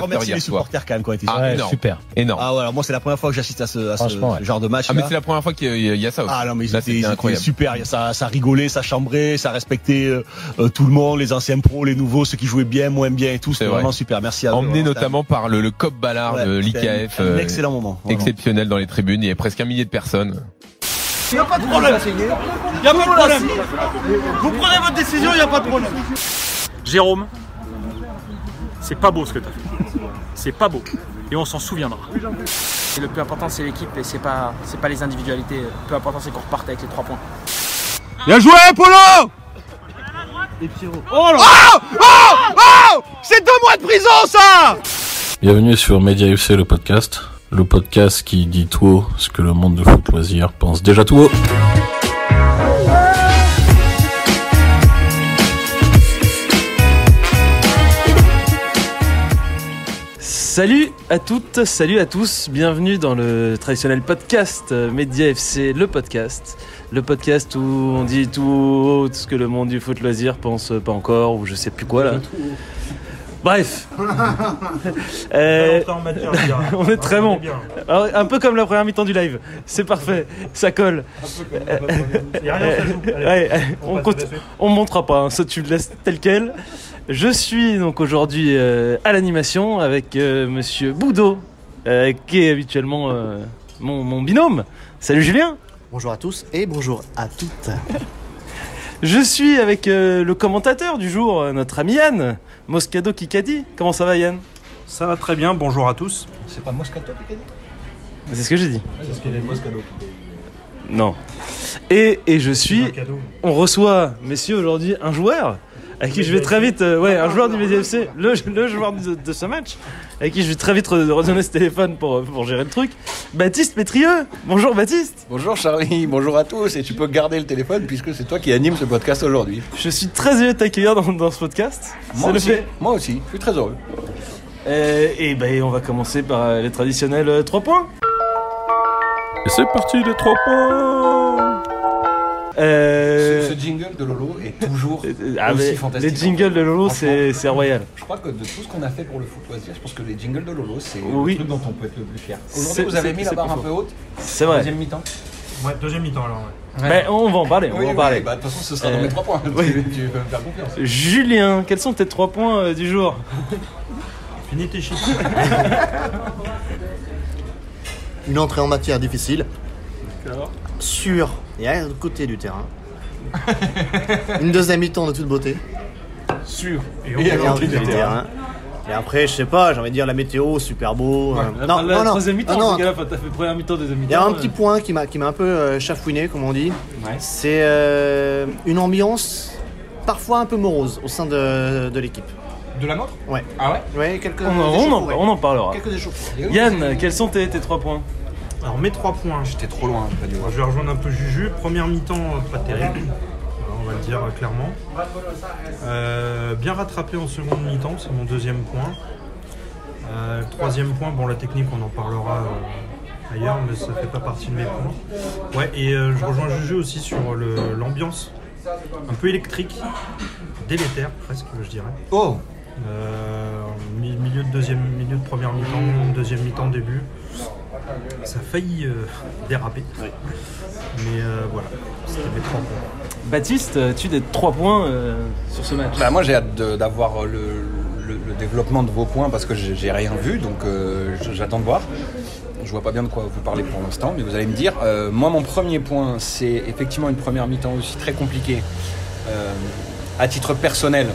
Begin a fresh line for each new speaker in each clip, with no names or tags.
remercie
hier
les
soir.
supporters quand même qui ont été
Ah,
sur-
Ouais,
énorme.
super.
Énorme.
Ah ouais, alors moi c'est la première fois que j'assiste à ce, à ce
Franchement, ouais.
genre de match.
Ah, mais c'est la première fois qu'il y a- il y a ça aussi.
Ah non mais ils
Là,
étaient,
c'était
ils étaient
incroyable.
super, Il y a- ça, ça rigolait, ça chambrait, ça respectait euh, euh, tout le monde, les anciens pros, les nouveaux, ceux qui jouaient bien, moins bien et tout, c'était
vrai.
vraiment super. Merci à eux.
Emmené
hein.
notamment par le, le COP Ballard
Ouais,
de
c'était un-
l'IKF.
un
euh,
excellent moment. vraiment.
Exceptionnel dans les tribunes. Il y avait presque un millier de personnes.
Il n'y a pas de problème. Il n'y a pas de problème. Vous prenez votre décision, il n'y a pas de problème.
Jérôme, c'est pas beau ce que t'as fait. C'est pas beau. Et on s'en souviendra. Et le plus important c'est l'équipe et c'est pas, c'est pas les individualités. Le plus important c'est qu'on reparte avec les trois points.
Bien joué, Polo Oh là Oh Oh Oh C'est deux mois de prison, ça
Bienvenue sur Media FC, le podcast. Le podcast qui dit tout haut ce que le monde de foot loisir pense déjà tout haut.
Salut à toutes, salut à tous, bienvenue dans le traditionnel podcast euh, Média FC, le podcast. Le podcast où on dit tout, haut, tout ce que le monde du foot loisir pense euh, pas encore, ou je sais plus quoi là. Bref. Euh,
Bah,
on est très bon. Alors, Un peu comme la première mi-temps du live, c'est parfait, ça colle. Ouais, on, compte- on montrera pas, hein, ça tu le laisses tel quel. Je suis donc aujourd'hui euh, à l'animation avec euh, Monsieur Boudot, euh, qui est habituellement euh, mon, mon binôme. Salut Julien
Bonjour à tous et bonjour à toutes.
Je suis avec euh, le commentateur du jour, euh, notre ami Yann, Moscado Kikadi. Comment ça va Yann
Ça va très bien, bonjour à tous.
C'est pas Moscato qui gagne
C'est ce que j'ai dit.
C'est ce qu'il est Moscato.
Non. Et, et je suis... On reçoit, messieurs, aujourd'hui un joueur à qui je vais très vite, euh, ouais, un joueur du VDFC, le, le joueur de, de ce match, à qui je vais très vite re- redonner ce téléphone pour, euh, pour gérer le truc. Baptiste Pétrieux Bonjour Baptiste
Bonjour Charlie, bonjour à tous et tu peux garder le téléphone puisque c'est toi qui anime ce podcast aujourd'hui.
Je suis très heureux de t'accueillir dans, dans ce podcast.
Moi
Ça le
aussi,
fait.
moi aussi, je suis très heureux.
Euh, et ben on va commencer par euh, les traditionnels 3 points.
Et c'est parti les trois points
Euh,
Ce, ce jingle de Lolo est toujours
euh, ah, mais
aussi fantastique.
les jingles de Lolo, c'est
Franchement.
c'est royal.
Je crois que de tout ce qu'on a fait pour le foot loisir, je pense que les jingles de Lolo, c'est
Oui.
le truc dont on peut être le plus fier.
C'est-
Aujourd'hui, vous avez
c'est-
mis la
c'est
barre
plus
un
fort.
peu haute,
C'est vrai.
deuxième mi-temps.
Ouais, deuxième mi-temps alors. Ouais.
Ben, on va en parler, on va en parler.
bah, de toute façon, ce sera
Euh,
dans mes trois points.
oui.
Tu, tu peux me faire confiance.
Julien, quels sont tes 3 points euh, du jour
Finis tes chiffres.
Une entrée en matière difficile. Sur et à l'autre côté du terrain. Une deuxième mi-temps de toute beauté.
Sûr. Et,
Et,
on
un
du
du terrain. Et après, je sais pas, j'ai envie de dire la météo, super beau. euh,
Enfin, la troisième
Ah,
mi-temps,
non,
en tout cas, enfin, t'as fait première mi-temps, deuxième mi-temps.
Il y a un
euh,
petit point qui m'a qui m'a un peu euh, chafouiné, comme on dit. C'est euh, une ambiance parfois un peu morose au sein de, de l'équipe.
De la nôtre
Ouais.
Ah ouais
Ouais, quelques
On, on en,
échauffourées.
on en parlera.
Quelques échauffourées.
Yann, quels sont tes, tes 3 points
Alors mes trois points.
J'étais trop loin, pas du tout.
Moi, je vais rejoindre un peu Juju. Première mi-temps, euh, pas terrible. On va le dire euh, clairement. Euh, bien rattrapé en seconde mi-temps, c'est mon deuxième point. Euh, troisième point, bon la technique on en parlera euh, ailleurs, mais ça fait pas partie de mes points. Ouais, et euh, je rejoins Juju aussi sur le- l'ambiance un peu électrique, délétère presque, je dirais.
Oh
Euh, mi- milieu de deuxième, milieu de première mi-temps, deuxième mi-temps début. Ça a failli euh, déraper. Mais euh, voilà, c'était mes trois points.
Baptiste, euh, tu des 3 points euh, sur ce match
Bah, moi j'ai hâte de- d'avoir le, le- le développement de vos points parce que j'ai j'ai rien vu donc euh, j- j'attends de voir. Je vois pas bien de quoi vous parlez pour l'instant, mais vous allez me dire. Euh, moi, mon premier point, c'est effectivement une première mi-temps aussi très compliquée euh, à titre personnel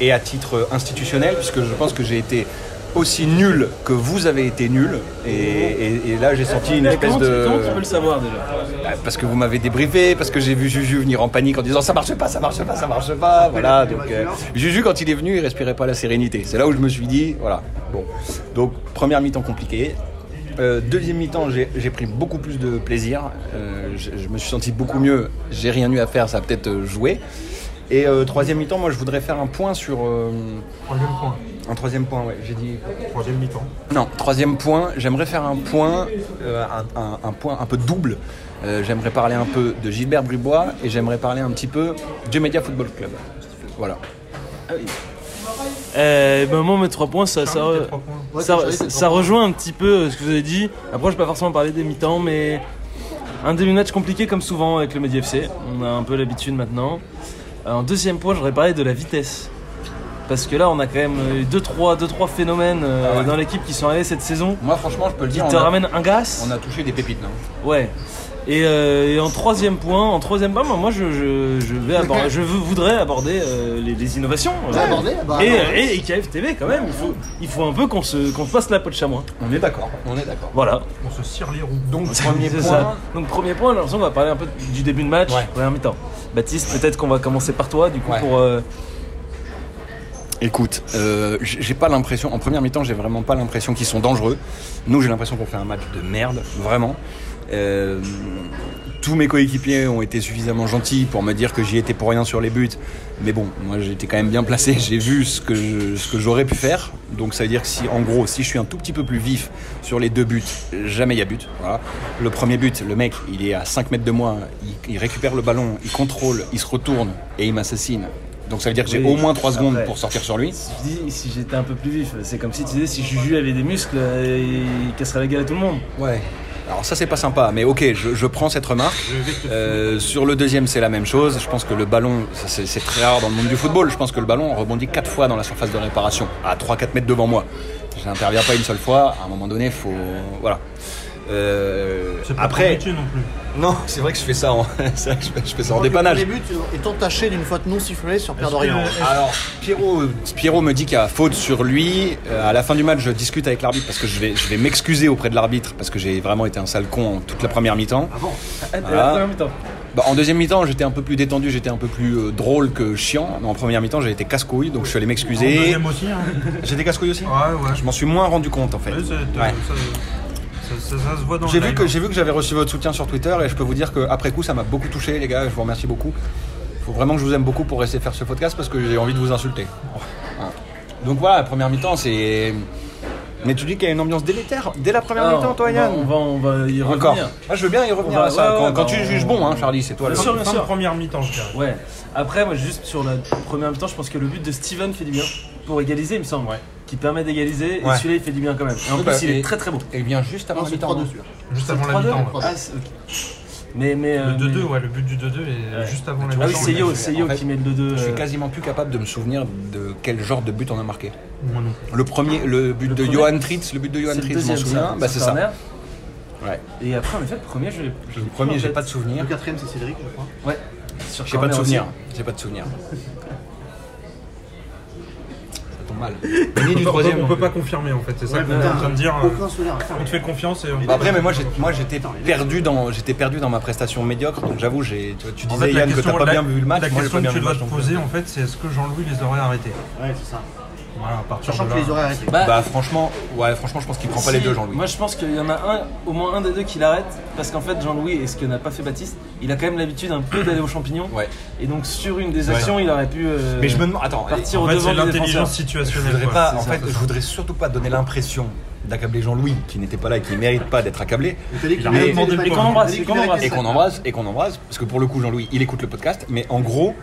et à titre institutionnel, puisque je pense que j'ai été aussi nul que vous avez été nul. Et, et- et là, j'ai senti une
Mais
espèce
comment, tu,
de.
comment tu peux le savoir déjà
Bah, Parce que vous m'avez débriefé, parce que j'ai vu Juju venir en panique en disant ça marche pas, ça marche pas, ça marche pas. Voilà, donc euh, Juju, quand il est venu, il respirait pas la sérénité. C'est là où je me suis dit, voilà, bon. Donc, première mi-temps compliquée. Euh, deuxième mi-temps, j'ai j'ai pris beaucoup plus de plaisir. Euh, je, je me suis senti beaucoup mieux. J'ai rien eu à faire, ça a peut-être euh, joué. Et euh, troisième mi-temps, moi, je voudrais faire un point sur. euh,
Troisième point,
un troisième point, ouais, j'ai dit.
troisième mi-temps.
Non, troisième point, j'aimerais faire un point, euh, un, un- un point un peu double. Euh, j'aimerais parler un peu de Gilbert Bribois et j'aimerais parler un petit peu du Media Football Club. Voilà.
Euh, ben moi, mes trois points, ça, ça,
Charlie, tes trois points.
Ouais,
ça,
t'as joué, t'es
ça-
trop
ça
fort.
rejoint un petit peu euh, ce que vous avez dit. Après, je vais pas forcément parler des mi-temps, mais un demi-match compliqué comme souvent avec le Medi FC. On a un peu l'habitude maintenant. Euh, En deuxième point, j'aurais parlé de la vitesse. Parce que là, on a quand même eu 2-3 deux, trois phénomènes euh,
Ah ouais.
dans l'équipe qui sont arrivés cette saison.
Moi, franchement, je peux le
Qui
dire,
te
on a,
ramène un gas.
on a touché des pépites. non
Ouais. Et, euh, et en troisième point, en troisième point, moi je, je, je vais aborder, je vou- voudrais aborder euh, les, les innovations.
Ouais, abordé, bah,
et, euh,
ouais.
et, et KF TV quand même, il faut, il faut un peu qu'on se, qu'on se passe la peau de chamois.
On est d'accord, on est d'accord.
Voilà.
On se cire les roues.
Donc, premier
C'est
point,
ça. Donc premier point, j'ai l'impression qu'on va parler un peu du début de match,
Ouais.
première mi-temps. Baptiste, peut-être qu'on va commencer par toi du coup
Ouais.
pour. euh,
Écoute, euh, j- j'ai pas l'impression, en première mi-temps, j'ai vraiment pas l'impression qu'ils sont dangereux. Nous, j'ai l'impression qu'on fait un match de merde, vraiment. Euh, tous mes coéquipiers ont été suffisamment gentils pour me dire que j'y étais pour rien sur les buts. Mais bon, moi j'étais quand même bien placé, j'ai vu ce que, je- ce que j'aurais pu faire. Donc ça veut dire que si, en gros, si je suis un tout petit peu plus vif sur les deux buts, jamais il y a but. Voilà. Le premier but, le mec, il est à 5 mètres de moi, il, il récupère le ballon, il contrôle, il se retourne et il m'assassine. Donc ça veut dire que j'ai
Oui.
au moins 3 secondes
Après.
pour sortir sur lui.
Si je dis- si j'étais un peu plus vif, c'est comme si tu disais si Juju avait des muscles, euh, il casserait la gueule à tout le monde.
Ouais. Alors ça c'est pas sympa, mais ok, je, je prends cette remarque.
Je vais te-
Euh, sur le deuxième c'est la même chose. Je pense que le ballon, ça, c'est c'est très rare dans le monde du football. Je pense que le ballon rebondit quatre fois dans la surface de réparation, à 3-4 mètres devant moi. Je n'interviens pas une seule fois. À un moment donné, faut voilà. Euh,
C'est pas ton
après,
métier non plus.
non, c'est vrai que je fais ça, en, c'est vrai que je fais- je fais ça en
Les
dépannage.
buts étant tachés d'une faute non sifflée sur Pierre
Est-ce
Dorian. Ah,
que-
Alors, Pierrot, Pierrot me dit qu'il y a faute sur lui. Euh, à la fin du match, je discute avec l'arbitre parce que je vais, je vais m'excuser auprès de l'arbitre parce que j'ai vraiment été un sale con en toute la première mi-temps.
Ah,
Voilà.
la première mi-temps.
Bah, en deuxième mi-temps, j'étais un peu plus détendu, j'étais un peu plus euh, drôle que chiant. Mais en première mi-temps, j'ai été casse-couille, donc je suis allé
En
m'excuser.
deuxième aussi. hein.
J'étais casse-couille aussi
Ouais, ouais.
Je m'en suis moins rendu compte en fait.
Ouais, c'est- euh,
Ouais.
ça- ça- ça- ça se voit dans
J'ai
le
vu
live,
que
hein.
j'ai vu que j'avais reçu votre soutien sur Twitter et je peux vous dire que après coup, ça m'a beaucoup touché, les gars. Je vous remercie beaucoup. Faut vraiment que je vous aime beaucoup pour rester faire ce podcast parce que j'ai envie de vous insulter. Voilà. Donc voilà, la première mi-temps, c'est. Mais tu dis qu'il y a une ambiance délétère dès la première
Alors,
mi-temps, toi,
Ah, on va-
Yann.
on va, on va y revenir.
Encore. Ah, je veux bien y revenir
On va-
à ça.
ouais,
quand
ouais,
quand
bah,
tu
on-
juges bon, hein, Charlie, c'est toi. le-
Bien sûr, bien
Fin de
sûr.
première mi-temps, je dirais.
Ouais. Après, moi, juste sur la première mi-temps, je pense que le but de Steven fait du bien pour égaliser, il me semble. Qui permet d'égaliser. Et
Ouais.
celui-là, il fait du bien quand même. Et en
Oui,
plus,
bah,
il
et-
est très très beau.
Et bien juste avant
Non,
la
c'est
mi-temps.
3-2 celui-là.
Juste avant
C'est
la
3-2,
mi-temps. ouais.
Ah, c'est- ok. Mais mais. euh,
Le 2-2,
mais-
ouais, le but du 2-2 est
Ouais.
juste avant la
Tu
Ah
mi-temps.
oui, c'est Yo,
je-
c'est Yo
en fait,
qui met le 2-2.
Je suis
euh,
quasiment plus capable de me souvenir de quel genre de but on a marqué.
Moi non.
Le premier, le but
Le
de
premier.
Johan Tritz, le but de
c'est
Johan
le
Tritz, je m'en
deuxième,
souviens.
ça,
Bah, c'est ça.
corner.
Ouais.
Et après, en effet, le premier, je l'ai. je
Le
l'ai
premier,
plus en
j'ai
tête.
pas de souvenir.
Le quatrième, c'est Cédric, je crois.
Ouais. Sur
J'ai pas de
corner aussi.
souvenir. J'ai pas de souvenir. Ça tombe mal. Ni
On
du
peut-
troisième. Bah
On peut pas confirmer en fait, c'est ça
Ouais,
qu'on est en train de dire.
Aucun souvenir.
On te fait confiance et on
Bah après, mais moi, j'ai- moi, j'étais perdu dans, j'étais perdu dans ma prestation médiocre. Donc j'avoue, j'ai, tu, vois, tu disais Yann que t'as pas
la-
bien vu le match.
la
moi, j'ai pas
question que
bien
tu
vu le
dois
match. euh,
te
non plus.
poser en fait, c'est est-ce que Jean-Louis les aurait arrêtés
Ouais, c'est ça.
Voilà, à partir
Sachant
de
qu'il les
là.
aurait arrêtés.
Bah franchement, ouais, franchement, je pense qu'il prend pas les
Si,
deux, Jean-Louis.
Moi, je pense qu'il y en a un, au moins un des deux qui l'arrête, parce qu'en fait, Jean-Louis, et ce que n'a pas fait Baptiste, il a quand même l'habitude un peu d'aller aux champignons.
Ouais.
Et donc, sur une des
Ouais.
actions, il aurait pu. euh,
Mais je me demande, attends,
Partir
En
au
fait,
devant
c'est
du
l'intelligence
défenseur.
Je
situationnelle.
voudrais
quoi.
pas,
C'est
en
ça,
fait,
c'est
je
ça.
voudrais surtout pas donner l'impression d'accabler Jean-Louis, qui n'était pas là et qui ne mérite pas d'être accablé,
Cédric,
Il a
il
rien
a
demandé,
fait
mais
des
qu'on
matchs.
embrasse,
Cédric,
qu'on
il a
embrasse.
été
et qu'on
sale.
embrasse, et qu'on embrasse, parce que pour le coup, Jean-Louis, il écoute le podcast, mais en gros,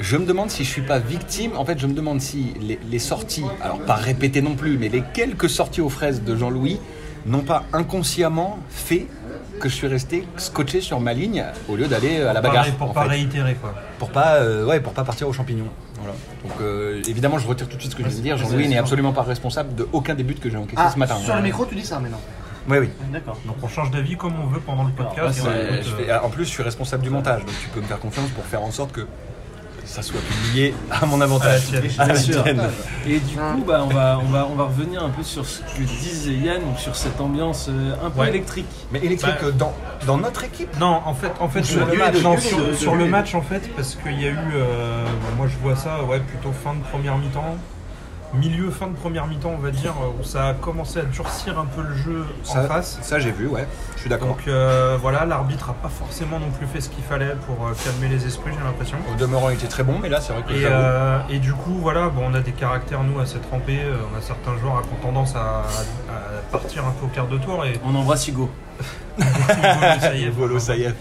je me demande si je suis pas victime, en fait, je me demande si les, les sorties, alors pas répétées non plus, mais les quelques sorties aux fraises de Jean-Louis n'ont pas inconsciemment fait que je suis resté scotché sur ma ligne au lieu d'aller euh, à la
Pour pas-
bagarre.
Pour
en
pas
fait.
réitérer quoi.
pour pas, euh, ouais, pour pas partir aux champignons. Voilà. Donc euh, évidemment, je retire tout de suite ce que je viens de dire. Jean-Louis n'est absolument pas responsable de aucun des buts que j'ai encaissé
Ah,
ce matin.
sur le micro, tu dis ça maintenant.
Ouais, oui.
D'accord.
Donc on change d'avis comme on veut pendant le podcast.
Ouais,
et on écoute,
je
euh,
fais- en plus, je suis responsable du montage, donc tu peux me faire confiance pour faire en sorte que ça soit publié à mon avantage.
À Ah, la tienne.
À la
Bien sûr.
tienne.
Et du coup, bah, on, va, on, va, on va revenir un peu sur ce que disait Yann, donc sur cette ambiance euh, un peu
Ouais.
électrique.
Mais électrique
Bah.
euh, dans, dans notre équipe.
Non, en fait, en fait,
Sur
non,
le match,
non,
de-
sur,
de- de-
sur le
de-
match en fait, parce qu'il y a eu, euh, moi je vois ça, ouais, plutôt fin de première mi-temps, milieu fin de première mi-temps, on va dire, où ça a commencé à durcir un peu le jeu en
Ça,
face.
ça j'ai vu, ouais. Je suis d'accord.
Donc euh, voilà, l'arbitre a pas forcément non plus fait ce qu'il fallait pour euh, calmer les esprits, j'ai l'impression.
Au demeurant, il était très bon, mais là, c'est vrai que
Et,
j'avoue,
euh, et du coup, voilà, bon, on a des caractères, nous, assez trempés. euh, On a certains joueurs qui ont tendance à, à partir un peu au quart de tour. Et
On embrasse Hugo.
ça y est,
Volo, ça y est.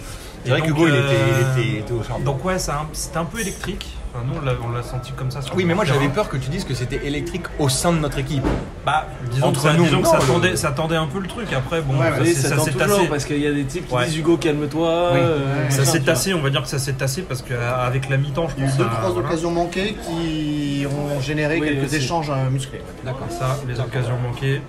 Et
vrai
donc,
qu'Hugo, il,
euh,
était, il était- il était au charbon.
Donc ouais, ça a un- c'était un peu électrique. Enfin, nous, on l'a- on l'a senti comme ça. sur
oui,
le
mais moi
terrain.
j'avais peur que tu dises que c'était électrique au sein de notre équipe.
Bah, disons
Entre
que, ça,
nous,
disons que
non,
ça,
le-
tendait, ça tendait un peu le truc. Après, bon,
Vous
ça
savez,
s'est-
ça
ça
tend
s'est
toujours
tassé.
parce qu'il y a des types qui
Ouais.
disent Hugo calme-toi.
Oui.
euh,
Ça s'est
tu vois.
tassé, on va dire que ça s'est tassé parce qu'avec la mi-temps, je
Il y a
pense.
eu deux,
ça-
trois
voilà.
occasions manquées qui ont généré
Oui,
quelques
aussi.
échanges euh, musclés.
D'accord.
Ça, les occasions manquées,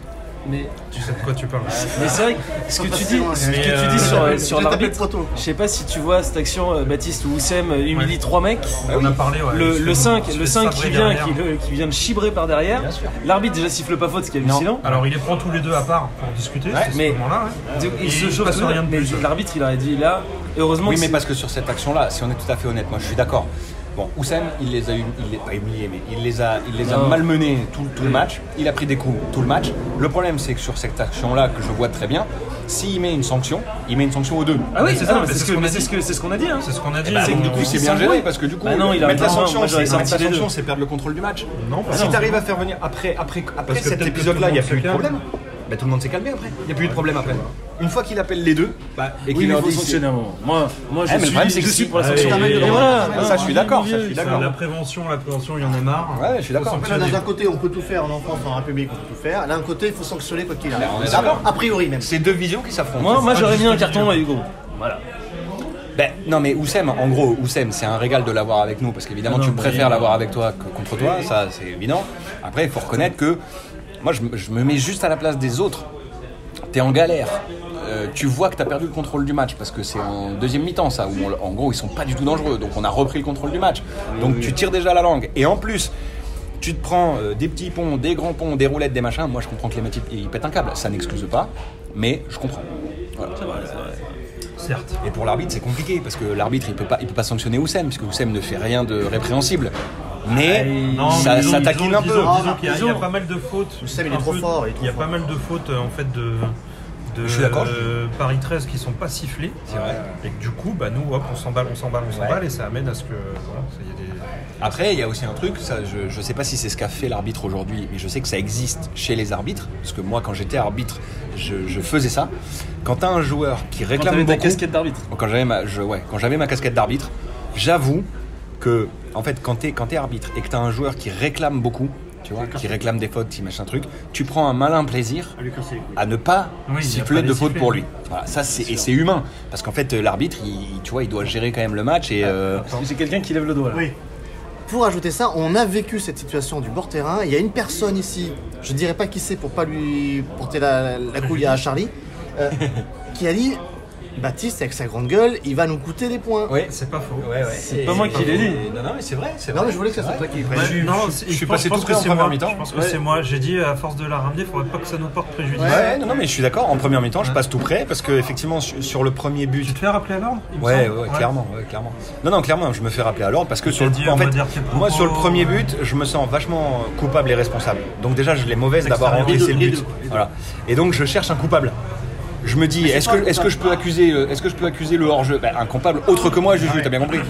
Mais,
tu sais de quoi tu parles.
mais c'est vrai, que ce que tu dis, ce
Mais,
que
euh,
tu dis sur, euh, sur
Je vais taper le
l'arbitre,
poteau.
je sais pas si tu vois cette action, euh, Baptiste ou Oussem euh, humilie
Ouais.
trois mecs.
On a parlé, ouais.
Le, le 5, le 5 qui vient, qui,
qui
le- qui vient de chibrer par derrière. L'arbitre déjà siffle pas faute, ce qui est hallucinant.
Alors, il les prend tous les deux à part pour discuter, c'est
mais-
ce moment-là. ouais.
Il se
il se
chauffe
passe
tout,
rien de
mais
plus.
L'arbitre il aurait dit là. Et heureusement
Oui,
que
mais
c'est-
parce que sur cette action-là, si on est tout à fait honnête, moi je suis d'accord. Bon, Oussem, il les a hum- il les, pas humiliés, mais il les a, il les a
Non.
malmenés tout, tout le match. Il a pris des coups tout le match. Le problème, c'est que sur cette action-là, que je vois très bien, s'il met une sanction, il met une sanction aux deux.
Ah oui,
Mais
c'est
c'est
ça,
ça,
mais
mais
c'est ce
c'est
que-
ce qu'on
mais
a
c'est
dit.
ce que- c'est ce qu'on a dit. hein.
C'est ce qu'on a dit.
bah, c'est que du
Du
on-
coup, c'est
Ils
bien
sont
gêné
doués.
parce que du coup,
Bah non, il a
mettre
raison,
la
moi,
sanction,
j'aurais
c'est
sorti
mettre la
les deux.
sanction, c'est perdre le contrôle du match.
Non, parce
si
que-
t'arrives à faire venir après, après, après
Parce que
cet
peut-être que
épisode-là, il
tout
n'y
le
a
monde se
plus eu de
calme.
problème. Bah, tout le monde s'est calmé après. Il n'y a plus eu de problème après. Une fois qu'il appelle les deux, bah, et
Oui,
qu'il
mais
est
il faut
indécis.
sanctionner un moment. Moi, moi je
Eh, mais le problème,
suis
c'est
je
que
suis
si-
pour la
Ah
sanction.
oui,
Et
oui,
voilà,
oui,
hein.
ça, je suis d'accord, ça, je suis
C'est
d'accord.
La prévention, la prévention, il y en a marre.
Ouais, je suis d'accord.
Faut
Là,
sanctionner.
d'un côté, on peut tout faire en enfance, en République, on peut tout faire. D'un côté, il faut sanctionner quoi qu'il arrive.
on est d'accord.
A priori, même.
C'est deux visions qui s'affrontent.
Moi, moi
pas
j'aurais
du
mis un
tout
carton
milieu.
à Hugo. Voilà.
Ben, non mais Oussem, en gros, Oussem, c'est un régal de l'avoir avec nous parce qu'évidemment tu préfères l'avoir avec toi que contre toi, ça c'est évident. Après, il faut reconnaître que moi je, me- je me mets juste à la place des autres. T'es en galère. Euh, tu vois que t'as perdu le contrôle du match parce que c'est en deuxième mi-temps ça où on- en gros ils sont pas du tout dangereux donc on a repris le contrôle du match donc tu tires déjà la langue et en plus tu te prends euh, des petits ponts des grands ponts des roulettes des machins moi je comprends que les matchs ils pètent un câble ça n'excuse pas mais je comprends Voilà.
Certes.
Et pour l'arbitre, c'est compliqué parce que l'arbitre, il peut pas, il peut pas sanctionner Oussem puisque Oussem ne fait rien de répréhensible. Mais
Non,
ça,
mais disons-
ça taquine
disons-
un peu.
disons- disons
Ah,
qu'il y a- il y, a pas mal de fautes.
Sam, il est
un
trop
peu-
fort, il est trop
y a pas
fort.
mal de fautes euh, en fait de. De,
Je suis d'accord,
euh, Paris 13 qui sont pas sifflés
vrai.
et que du coup bah nous hop on s'emballe on s'emballe on s'emballe et ça amène à ce que voilà ça y a des
Après, il y a aussi un truc, ça, je ne sais pas si c'est ce qu'a fait l'arbitre aujourd'hui, mais je sais que ça existe chez les arbitres parce que moi, quand j'étais arbitre, je, je faisais ça. Quand t'as un joueur qui
Quand
réclame
t'avais ta
beaucoup,
casquette d'arbitre.
quand j'avais ma, je- ouais, quand j'avais ma casquette d'arbitre, j'avoue que en fait quand t'es quand t'es arbitre et que t'as un joueur qui réclame beaucoup, tu vois, qui réclame des fautes, qui machin truc, tu prends un malin plaisir à ne pas
Oui,
siffler
à pas
de
les
faute
siffler.
pour lui. Voilà, ça c'est et c'est humain parce qu'en fait euh, l'arbitre, il, tu vois, il doit gérer quand même le match et euh,
J'ai quelqu'un qui lève le doigt là.
Oui. Pour ajouter ça, on a vécu cette situation du bord terrain. Il y a une personne ici, je dirais pas qui c'est pour pas lui porter la, la couille à Charlie, euh, qui a dit Baptiste, avec sa grande gueule, il va nous coûter des points.
ouais,
c'est pas faux
C'est pas moi qui l'ai dit.
Non, non, mais c'est vrai, c'est
Non,
vrai,
mais je voulais que
c'est
ça soit
vrai.
toi qui le
Ouais,
prenne.
non,
je-
c'est-
Bah, je suis
pense-
passé
pense
tout
que
près en
c'est
première
moi.
mi-temps.
Je pense que
Ouais.
c'est moi. J'ai dit à force de la ramener, faudrait pas que ça nous porte préjudice.
Ouais, ouais, non, non, mais je suis d'accord. En première mi-temps, je passe tout près parce que effectivement sur sur le premier but,
Tu te fais rappeler à l'ordre il me
Ouais,
semble
ouais, clairement, ouais, clairement. Non, non, clairement, je me fais rappeler à l'ordre parce que sur le,
dit,
en
on
fait,
va dire tes propos.
moi sur le premier but, je me sens vachement coupable et responsable. Donc déjà, je l'ai mauvaise d'avoir
Extérieur.
encaissé le
Les deux,
but. Voilà. Et donc, je cherche un coupable. Je me dis, est-ce que, est-ce que je peux accuser, euh, est-ce que je peux accuser le hors-jeu Ben, Un coupable autre que moi, Juju, t'as bien compris.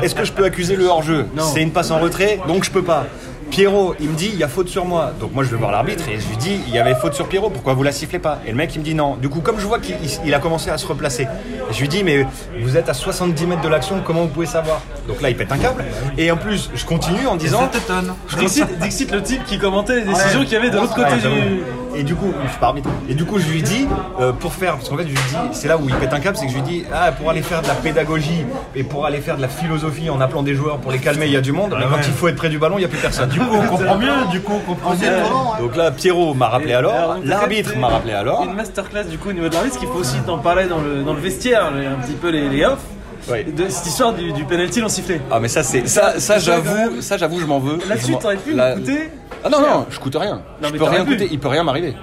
Est-ce que je peux accuser le hors-jeu C'est une passe en retrait, donc je peux pas. Pierrot, il me dit, il y a faute sur moi. Donc moi, je vais voir l'arbitre et je lui dis, il y avait faute sur Pierrot, pourquoi vous la sifflez pas Et le mec, il me dit non. Du coup, comme je vois qu'il il- il a commencé à se replacer, je lui dis, mais vous êtes à 70 mètres de l'action, comment vous pouvez savoir Donc là, il pète un câble. Et en plus, je continue en disant. Je continue-
Dixit, Dixit, le type qui commentait les décisions qu'il y avait de l'autre côté
Ouais,
du.
j'avoue. Et du coup, je suis pas arbitre. Et du coup, je lui dis, euh, pour faire, parce qu'en fait, je lui dis, c'est là où il pète un câble, c'est que je lui dis, ah, pour aller faire de la pédagogie et pour aller faire de la philosophie en appelant des joueurs pour les calmer, il y a du monde,
Ah
mais quand
ouais.
il faut être près du ballon, il n'y a plus personne. Du coup, on
Comprends mieux, du coup, on comprend mieux.
Donc là, Pierrot m'a rappelé alors,
Alors, donc,
l'arbitre
peut-être,
m'a rappelé alors.
Une masterclass du coup au niveau de l'arbitre, ce qu'il faut aussi en parler dans le, dans le vestiaire, les- un petit peu les, les off.
Ouais.
De cette histoire du, du penalty non sifflé.
Ah, mais ça, c'est ça, ça j'avoue, ça j'avoue, je m'en veux. Je
Là-dessus,
m'en-
t'aurais pu
la-
l'écouter.
Ah non, non, je coûte rien.
Non,
je
mais
peux
t'aurais
rien
pu.
coûter, il peut rien m'arriver.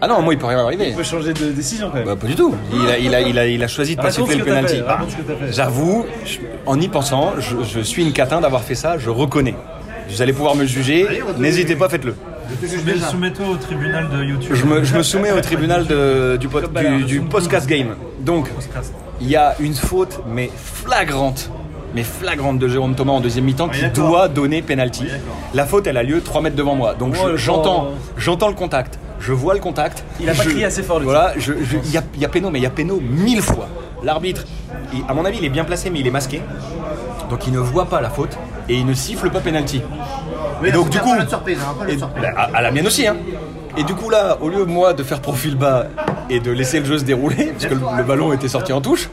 Ah non, moi, il peut rien m'arriver.
On peut changer de décision quand même.
Bah, pas du tout. Il a, il a, il a, il a choisi de pas
Raconte Ah,
siffler
ce
le
que t'as
penalty.
fait, raconte ce que t'as fait.
J'avoue, je- en y pensant, je, je suis une catin d'avoir fait ça, je reconnais. Vous allez pouvoir me juger, n'hésitez pas, faites-le.
Soumets- Soumets-toi au tribunal de YouTube.
Je me, je me soumets au tribunal de- du, pod- du, du podcast game. Donc, il y a une faute, mais flagrante, mais flagrante de Jérôme Thomas en deuxième mi-temps qui doit donner penalty. La faute, elle a lieu 3 mètres devant moi. Donc,
Oh,
je-
le
j'entends
pauvre.
j'entends le contact, je vois le contact.
Il a pas
je-
crié assez fort, le
Voilà, je- je- il y a, il y a péno, mais il y a péno mille fois. L'arbitre, il- à mon avis, il est bien placé, mais il est masqué. Donc il ne voit pas la faute et il ne siffle pas pénalty. et donc du coup,
Pas de surprise, hein, pas de
et-
surprise.
bah, à, à la mienne aussi. hein. Et du coup là, au lieu moi de faire profil bas et de laisser le jeu se dérouler, parce que le, le ballon était sorti en touche,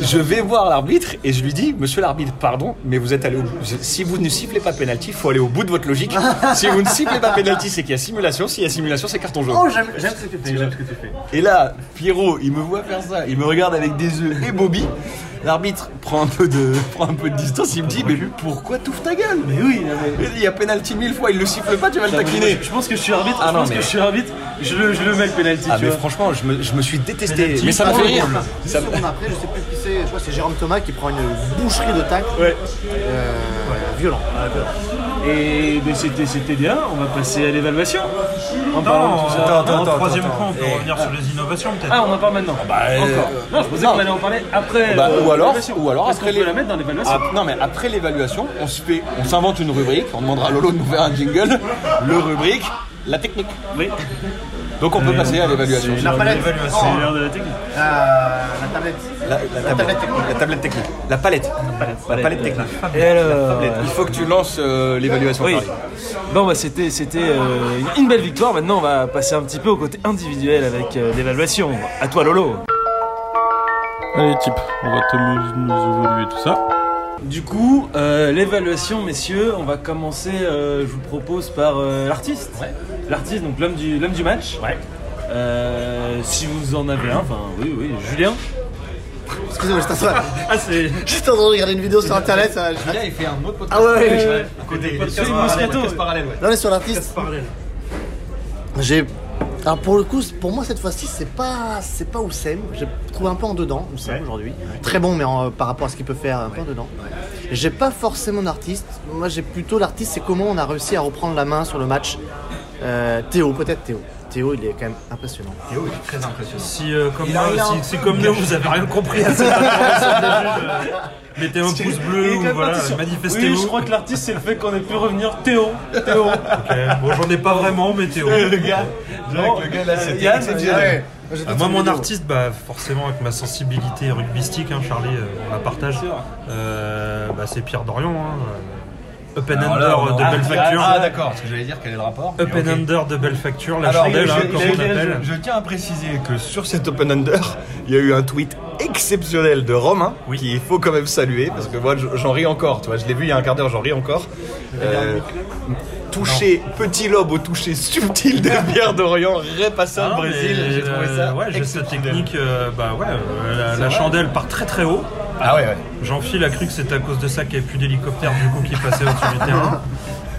je vais voir l'arbitre et je lui dis, Monsieur l'arbitre, pardon, mais vous êtes allé au bout. Si vous ne sifflez pas pénalty, faut aller au bout de votre logique. si vous ne sifflez pas pénalty, c'est qu'il y a simulation. S'il y a simulation, c'est carton jaune.
Oh, j'aime j'aime ce que tu fais. j'aime ce que tu fais.
Et là, Pierrot, il me voit faire ça, il me regarde avec des yeux et Bobby. L'arbitre prend un peu de prend un peu de distance, il me dit mais pourquoi t'ouvres ta gueule Mais oui, il y a pénalty mille fois, il le siffle pas, tu vas le taquiner.
Je pense que je suis arbitre,
Ah
je
non,
pense
mais-
que je suis arbitre, je le, je le mets le pénalty,
Ah
tu
mais
vois.
franchement, je me, je me suis détesté,
Penalty,
mais ça me
Ah,
fait
oui,
rire.
enfin, dix
Ça me-
secondes après, je sais plus qui c'est. Je crois que c'est Jérôme Thomas qui prend une boucherie de tacle.
Ouais.
Violent.
Et ben, c'était c'était bien, on va passer à l'évaluation. En parlant de tout ça.
Attends, attends,
Non,
attends,
troisième
attends.
point.
on peut
Eh.
revenir sur les innovations peut-être.
Ah, on en parle maintenant. Encore. Non, je pensais
bah, euh, non.
qu'on allait en parler après.
Bah,
euh,
ou alors,
l'évaluation.
ou alors
Parce qu'on
après les-
peut la mettre dans l'évaluation.
Ah, non mais après l'évaluation, on se fait, on s'invente une rubrique, on demandera à Lolo de nous faire un jingle, le rubrique, la technique.
Oui.
Donc on peut passer à l'évaluation.
La palette.
l'évaluation.
Oh,
C'est l'heure de la technique.
la la tablette.
La, la tablette, la tablette technique. La palette. La palette technique.
Euh,
euh, Il faut que tu lances euh, l'évaluation.
Oui.
Paris.
Bon bah c'était c'était euh, une belle victoire. Maintenant on va passer un petit peu au côté individuel avec euh, l'évaluation. À toi Lolo.
Allez, type, on va te nous, nous évoluer tout ça.
Du coup euh, l'évaluation messieurs, on va commencer. euh, je vous propose par euh, l'artiste. L'artiste donc l'homme du l'homme du match. Euh, si vous en avez un, enfin oui oui Julien.
Excusez-moi, j'étais en train-
Ah, c'est.
j'étais en train de regarder une vidéo sur internet. ça-
Là, il fait un autre podcast.
Ah ouais, ouais, ouais.
Côté
Celui de Moscato.
parallèle, ouais.
Là, on est sur l'artiste. J'ai. Alors pour le coup, c'est- pour moi cette fois-ci, c'est pas, c'est pas Oussem. J'ai trouvé un peu en dedans Oussem aujourd'hui. Très bon, mais en- euh, par rapport à ce qu'il peut faire, un peu en dedans. J'ai pas forcément d'artiste. Moi, j'ai plutôt l'artiste. C'est comment on a réussi à reprendre la main sur le match. Euh, Théo, peut-être Théo. Théo, il est quand même impressionnant.
Si, euh, comme
Il a
moi,
rien.
si- si comme nous, vous avez rien compris à cette intervention de la juge, euh, mettez un pouce bleu ou voilà, manifestez-vous.
Oui, je crois que l'artiste, c'est le fait qu'on ait pu revenir Théo. Théo.
Ok, Bon, j'en ai pas vraiment, mais Théo.
Non, euh, Yann,
Ah, moi, mon artiste, bah, forcément, avec ma sensibilité rugbystique, hein, Charlie, euh, on la partage. Euh, bah, c'est Pierre Dorian. hein, euh, Up and Under de belle facture.
Ah, d'accord, parce que j'allais dire quel est le rapport.
Up and Under de belle facture, la
Alors,
chandelle,
je-
hein,
je-
comme
je-
on l'appelle.
Je tiens à préciser que sur cet Open Under, il y a eu un tweet exceptionnel de Romain, qu'il faut quand même saluer, parce que moi je- j'en ris encore, tu vois, je l'ai vu il y a un quart d'heure, j'en ris encore. Euh, toucher, petit lobe au toucher subtil de Pierre d'Orient,
Ah,
repassable
mais,
Brésil, j'ai trouvé ça
euh, ouais, j'ai cette
exceptionnel.
technique, euh, bah ouais, euh, la, la chandelle part très très haut.
Ah ouais, ouais.
Jean-Phil a cru que c'était à cause de ça qu'il n'y avait plus d'hélicoptère du coup qui passait au-dessus du terrain.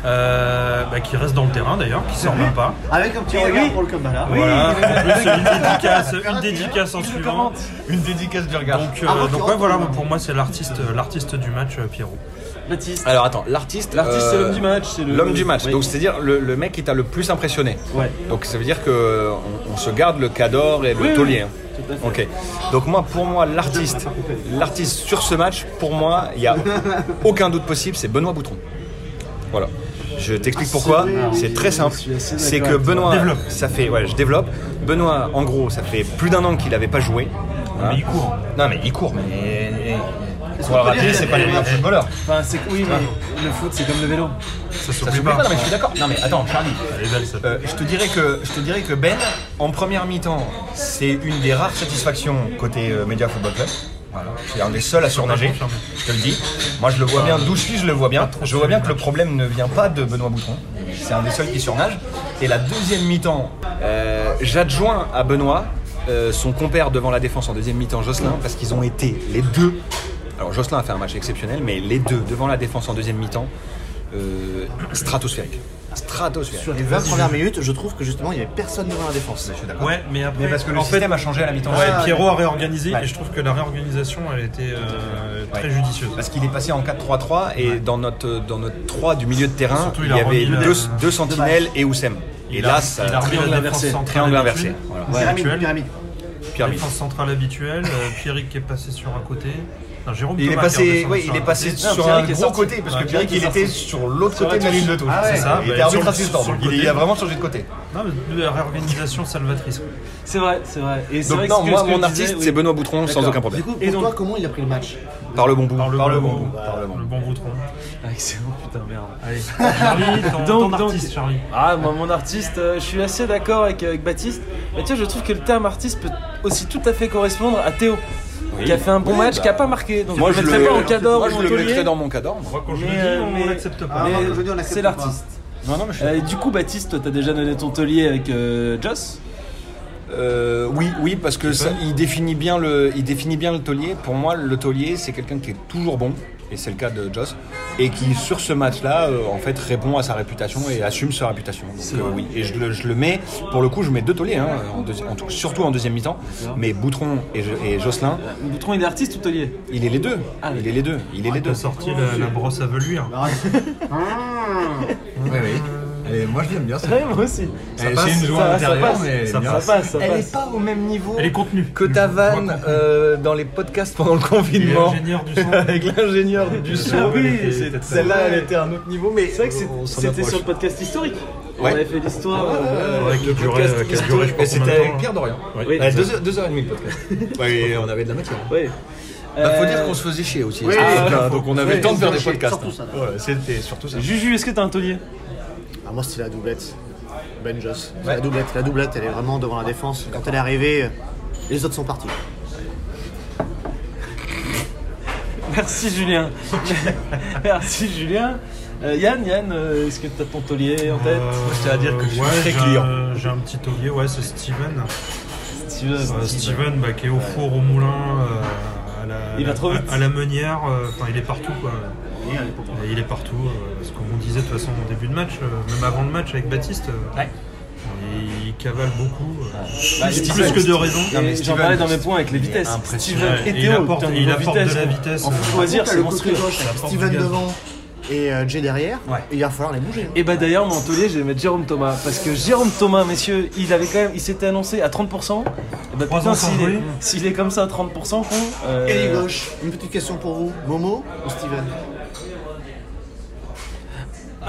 Euh, bah, qui reste dans le terrain d'ailleurs, qui
Mhm.
sort même pas.
Avec un petit regard pour le Kambala.
Voilà. En plus, une dédicace,
hein.
une dédicace en suivant.
Une dédicace du regard.
Donc, euh,
Ah,
donc
Pierrot,
ouais, voilà,
quand même.
pour moi c'est l'artiste, l'artiste du match euh, Pierrot.
Baptiste.
Alors attends, l'artiste. euh,
L'artiste, c'est l'homme du match, c'est le-
L'homme du match.
Oui.
Donc c'est-à-dire le, le mec qui t'a le plus impressionné.
Ouais.
Donc ça veut dire que on, on se garde le cador et le taulier. hein. Ok. Donc moi, pour moi, l'artiste, l'artiste sur ce match, pour moi, il y a aucun doute possible, c'est Benoît Boutron. Voilà. Je t'explique pourquoi.
Ah,
C'est très simple. C'est que Benoît,
Développe.
ça fait, ouais, je développe. Benoît, en gros, ça fait plus d'un an qu'il n'avait pas joué. Hein.
Mais il court.
Non mais il court, mais pour le rater, c'est pas les meilleurs footballeurs.
Enfin c'est oui mais le foot c'est comme le vélo.
Ça se
Ça se
pas.
fait pas, non mais je suis d'accord. Non mais attends, Charlie.
Elle est belle, ça.
Euh, je te dirais que je te dirais que Ben, en première mi-temps, c'est une des rares satisfactions côté euh, Media Football Club. Voilà. C'est un hein. Euh, des seuls à surnager, je te le dis. Moi, je le vois bien, d'où je suis, je le vois bien. Je vois bien que le problème ne vient pas de Benoît Boutron. C'est un des seuls qui surnage. Et la deuxième mi-temps, euh, j'adjoins à Benoît euh, son compère devant la défense en deuxième mi-temps, Jocelyn, parce qu'ils ont été les deux. Alors, Jocelyn a fait un match exceptionnel, mais les deux devant la défense en deuxième mi-temps, euh, stratosphérique. Stratosphérique.
Sur les 20 premières minutes, je trouve que justement, il y avait personne devant la défense.
Ouais, mais après,
Mais parce que le
en fait,
système a changé à la mi-temps.
ouais, Pierrot a réorganisé
Ah, Ouais.
et je trouve que la réorganisation elle était euh, très
Ouais.
judicieuse.
Parce qu'il est passé en 4-3-3 et dans, notre, dans notre 3 du milieu de terrain,
Surtout, il
il y
a
avait
remis le-
deux, deux sentinelles et Oussem. Et là, ça,
il a remis la défense
inversé.
centrale
Triangle
d'habitude.
inversé. Voilà.
Pyramide,
Habituel.
pyramide.
Pierre
Défense centrale habituelle, euh, Pierrick qui est passé sur un côté. Putain, Jérôme
Il est
Thomas
passé,
qui
ouais, il est passé sur un
Pierrick est
gros
sorti.
côté, parce que
Ouais,
Pierrick,
Pierrick
il
est
était
sorti.
sur l'autre
C'est
côté de la
vrai,
ligne de touche.
ah ouais.
C'est ça. Il
Bah,
était
sur
arbitre
le-
assistant,
sur le
donc il
côté.
il a vraiment changé de côté.
Non, mais de la réorganisation salvatrice.
C'est vrai, c'est vrai. Et c'est
Donc,
vrai que
non,
ce que-
moi,
ce que
mon
je
artiste,
disais, oui.
c'est Benoît Boutron, sans aucun
Du
problème.
coup,
Et
pour
donc-
toi, comment il a pris le match
Par le bon bout. Par le bon bout.
Par le bon, boutron.
Ah, excellent, putain, merde.
Allez, Charlie, ton,
Donc,
ton
donc-
artiste, Charlie.
Ah, moi, mon artiste, euh, je suis assez d'accord avec, avec Baptiste. Mais tiens, je trouve que le terme artiste peut aussi tout à fait correspondre à Théo, qui a fait un bon
Oui,
match,
bah.
qui a pas marqué. Donc,
Moi,
je
je
ne mettrai pas en
le,
cador
moi,
ou
je
en
le mettrais
taulier.
dans mon cador. moi.
Moi, quand je
Mais,
le
euh,
dis,
mais-
on l'accepte pas.
Ah,
Mais
non, je dis, on l'accepte
c'est
pas.
l'artiste.
Non, non, mais je suis-
Euh, du coup, Baptiste, t'as déjà donné ton taulier avec euh, Joss
Euh, oui, oui, parce que ça, il définit bien le, il définit bien le taulier. Pour moi, le taulier, c'est quelqu'un qui est toujours bon, et c'est le cas de Joss, et qui sur ce match-là, euh, en fait, répond à sa réputation et assume sa réputation. Donc, euh, oui, et je le, je le mets. Pour le coup, je mets deux tauliers, hein, en deuxi- en tout- surtout en deuxième mi-temps. Mais Boutron et, Jo- et Jocelyn,
Boutron, il est artiste ou taulier
il est les deux.
Ah,
il est les deux. Il est les deux.
T'as sorti la, la brosse à velure.
Oui, oui. Et moi, je l'aime bien. ça.
Ouais, moi aussi.
Elle essaie de jouer à l'intérieur, mais
ça,
bien.
passe, ça passe.
Elle est pas au même niveau
Elle est contenue.
que ta vanne euh, dans les podcasts pendant le confinement.
L'ingénieur du son.
Avec l'ingénieur du son.
oui,
c'est-
c'est-
Celle-là, elle était à un autre niveau, mais
C'est vrai que c'est-
on s'en
c'était
approche.
sur le podcast historique. On
Ouais.
avait fait l'histoire. euh,
Ouais, qui a
le
duré,
podcast
qui a duré, je
historique.
sais pas
Et C'était
combien de temps,
avec Pierre Dorian.
Oui,
Ouais, hein. deux, heures, deux heures et demie le podcast. Ouais, on avait de la matière.
ouais.
Bah, faut
Euh,
dire qu'on se faisait chier aussi.
oui,
à cette
oui,
époque-là, donc on avait le temps de faire des podcasts. hein.
Surtout ça.
Ouais, c'était surtout ça.
Juju, est-ce que t'as un taulier
Ah, moi, c'était la doublette. Ben Joss. C'est La doublette, la doublette, elle est vraiment devant la défense. Quand elle est arrivée, euh, les autres sont partis.
Merci Julien. Merci Julien. Euh, Yann, Yann, euh, est-ce que t'as ton taulier en tête
c'est à dire que hein. Euh, je suis
Euh, ouais,
très
j'ai
client.
un- J'ai un petit taulier, ouais, c'est Steven.
Si tu veux,
Euh,
si tu veux.
Steven bah, qui est au four, au moulin, euh, à, la,
Il va trop vite.
à- à la meunière, euh, enfin il est partout quoi. Et il est partout, euh, parce qu'on disait de toute façon au début de match, euh, même avant le match avec Baptiste, euh, il, il cavale beaucoup, euh, plus
Steven,
que de raison.
Et J'en
Steven,
parlais dans mes points avec les vitesses.
impressionnant.
Steven
Et
et
il
Théo,
apporte,
putain,
il
niveau
apporte
vitesse.
de la vitesse.
En
euh,
choisir,
T'as
c'est
le côté
monstrueux.
gauche,
La porte
Steven
du gaz.
devant et euh, Jay derrière. Et il va falloir les bouger. hein.
Et bah d'ailleurs, mon taulier, je vais mettre Jérôme Thomas. Parce que Jérôme Thomas, messieurs, il avait quand même, il s'était annoncé à 30%. Et bah
Trois
putain,
ans sans
s'il est,
jouer.
s'il est comme ça à 30%, con. euh,
Et les gauches. Une petite question pour vous. Momo ou Steven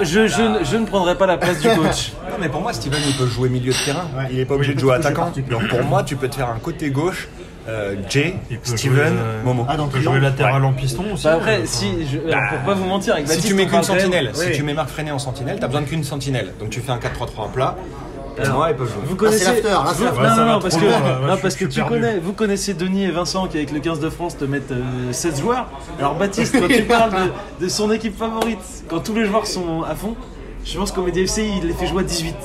je, je, ne- je ne prendrai pas la place du coach.
Non, mais pour moi, Steven, il peut jouer milieu de terrain.
Ouais.
Il n'est pas obligé
Il
de
peut
jouer
toucher
attaquant.
partout.
Donc pour moi, tu peux te faire un côté gauche, euh, Jay,
Il peut
Steven,
jouer, euh,
Momo.
Ah, dans
il
le
peut jouer
triangle
latéral en piston aussi.
Bah
euh,
après, si, je, alors, pour pas vous mentir, avec
Si
Baptiste,
tu mets
on
qu'une
parle quand même-
sentinelle, si
oui.
tu mets Marc Freinet en sentinelle, t'as besoin de qu'une sentinelle. Donc tu fais un 4-3-3 en plat. Pour
Alors,
moi, elle peut jouer.
Vous
Ah, c'est
connaissez
l'after, là, c'est
Vous-
l'after.
Non,
ça va
non, non,
trop
parce que,
loin, là. Ouais,
non,
je
parce que
suis
tu
perdu.
connais, vous connaissez Denis et Vincent qui, avec le 15 de France, te mettent euh, 16 joueurs. Alors, Baptiste, quand tu parles de, de son équipe favorite, quand tous les joueurs sont à fond, je pense qu'au Média FC, il les fait jouer à 18.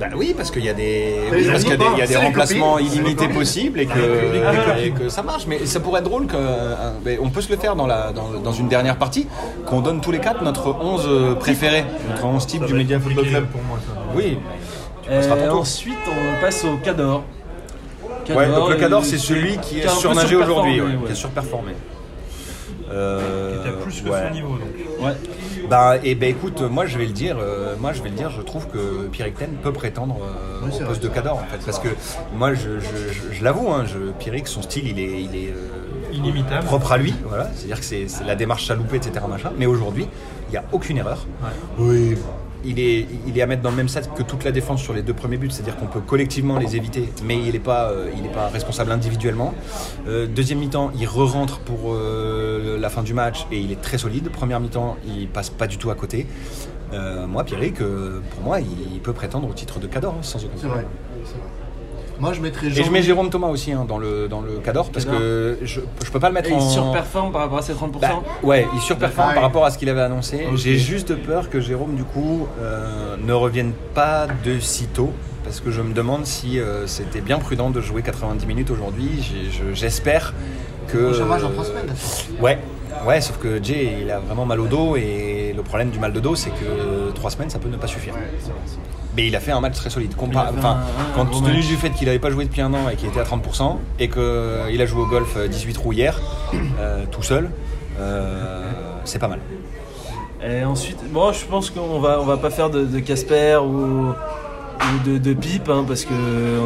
Bah oui, parce qu'il y a des,
Ah,
oui,
les
parce qu'il y a des,
copains,
il y a des
c'est les
remplacements
copines, c'est les
illimités
copines.
possibles et
copines.
que, et que ça marche. Mais ça pourrait être drôle que, euh, mais on peut se le faire dans, la, dans, dans une dernière partie, qu'on donne tous les quatre notre 11 préféré, notre 11 type du Media Football Club.
pour moi ça.
Oui. passeras ton
Euh,
tour.
ensuite, on passe au Cador.
Ouais, donc le
euh,
Cador, c'est celui qui
a
est
un peu
surnagé aujourd'hui,
surperformé,
ouais, qui est surperformé. Euh,
T'as plus que
ouais.
son niveau donc.
ouais.
Bah, et ben écoute, moi je vais le dire, euh, moi je vais le dire, je trouve que Pierrick Ten peut prétendre euh, au poste de Cador en fait, parce que moi je, je- je- je l'avoue, hein, je- Pierrick, son style il est, il est euh,
Inimitable.
propre à lui, voilà, c'est-à-dire que c'est c'est la démarche chaloupée, etc. Machin. Mais aujourd'hui, il n'y a aucune erreur. Oui. Il est, il est à mettre dans le même set que toute la défense sur les deux premiers buts, c'est-à-dire qu'on peut collectivement les éviter, mais il n'est pas, euh, il est pas responsable individuellement. Euh, deuxième mi-temps, il re-rentre pour euh, la fin du match et il est très solide. Première mi-temps, il passe pas du tout à côté. Euh, moi, Pierrick, euh, pour moi, il, il peut prétendre au titre de Cador, hein, sans aucun
C'est
problème.
vrai. c'est vrai. Moi, je mettrais
Et
Jean.
je mets Jérôme Thomas aussi hein, dans, le, dans le Cador, parce
Cador.
que je, je peux pas le mettre
Et il
en...
surperforme par rapport à ses 30%.
Bah, ouais, il surperforme
Ouais.
par rapport à ce qu'il avait annoncé. J'ai juste peur que Jérôme, du coup, euh, ne revienne pas de si tôt. Parce que je me demande si euh, c'était bien prudent de jouer 90 minutes aujourd'hui. J'ai- je- J'espère que.
Prochain match dans trois semaines, là.
Ouais, ouais, sauf que Jay, il a vraiment mal au dos. Et le problème du mal de dos, c'est que 3 semaines, ça peut ne pas suffire. Mais il a fait un match très solide. Compa- enfin, compte tenu du fait qu'il n'avait pas joué depuis un an et qu'il était à 30% et qu'il a joué au golf euh, 18 trous hier, euh, tout seul, euh, c'est pas mal.
Et ensuite, bon, je pense qu'on va, on va pas faire de de Casper ou, ou de, de pipe, hein, parce que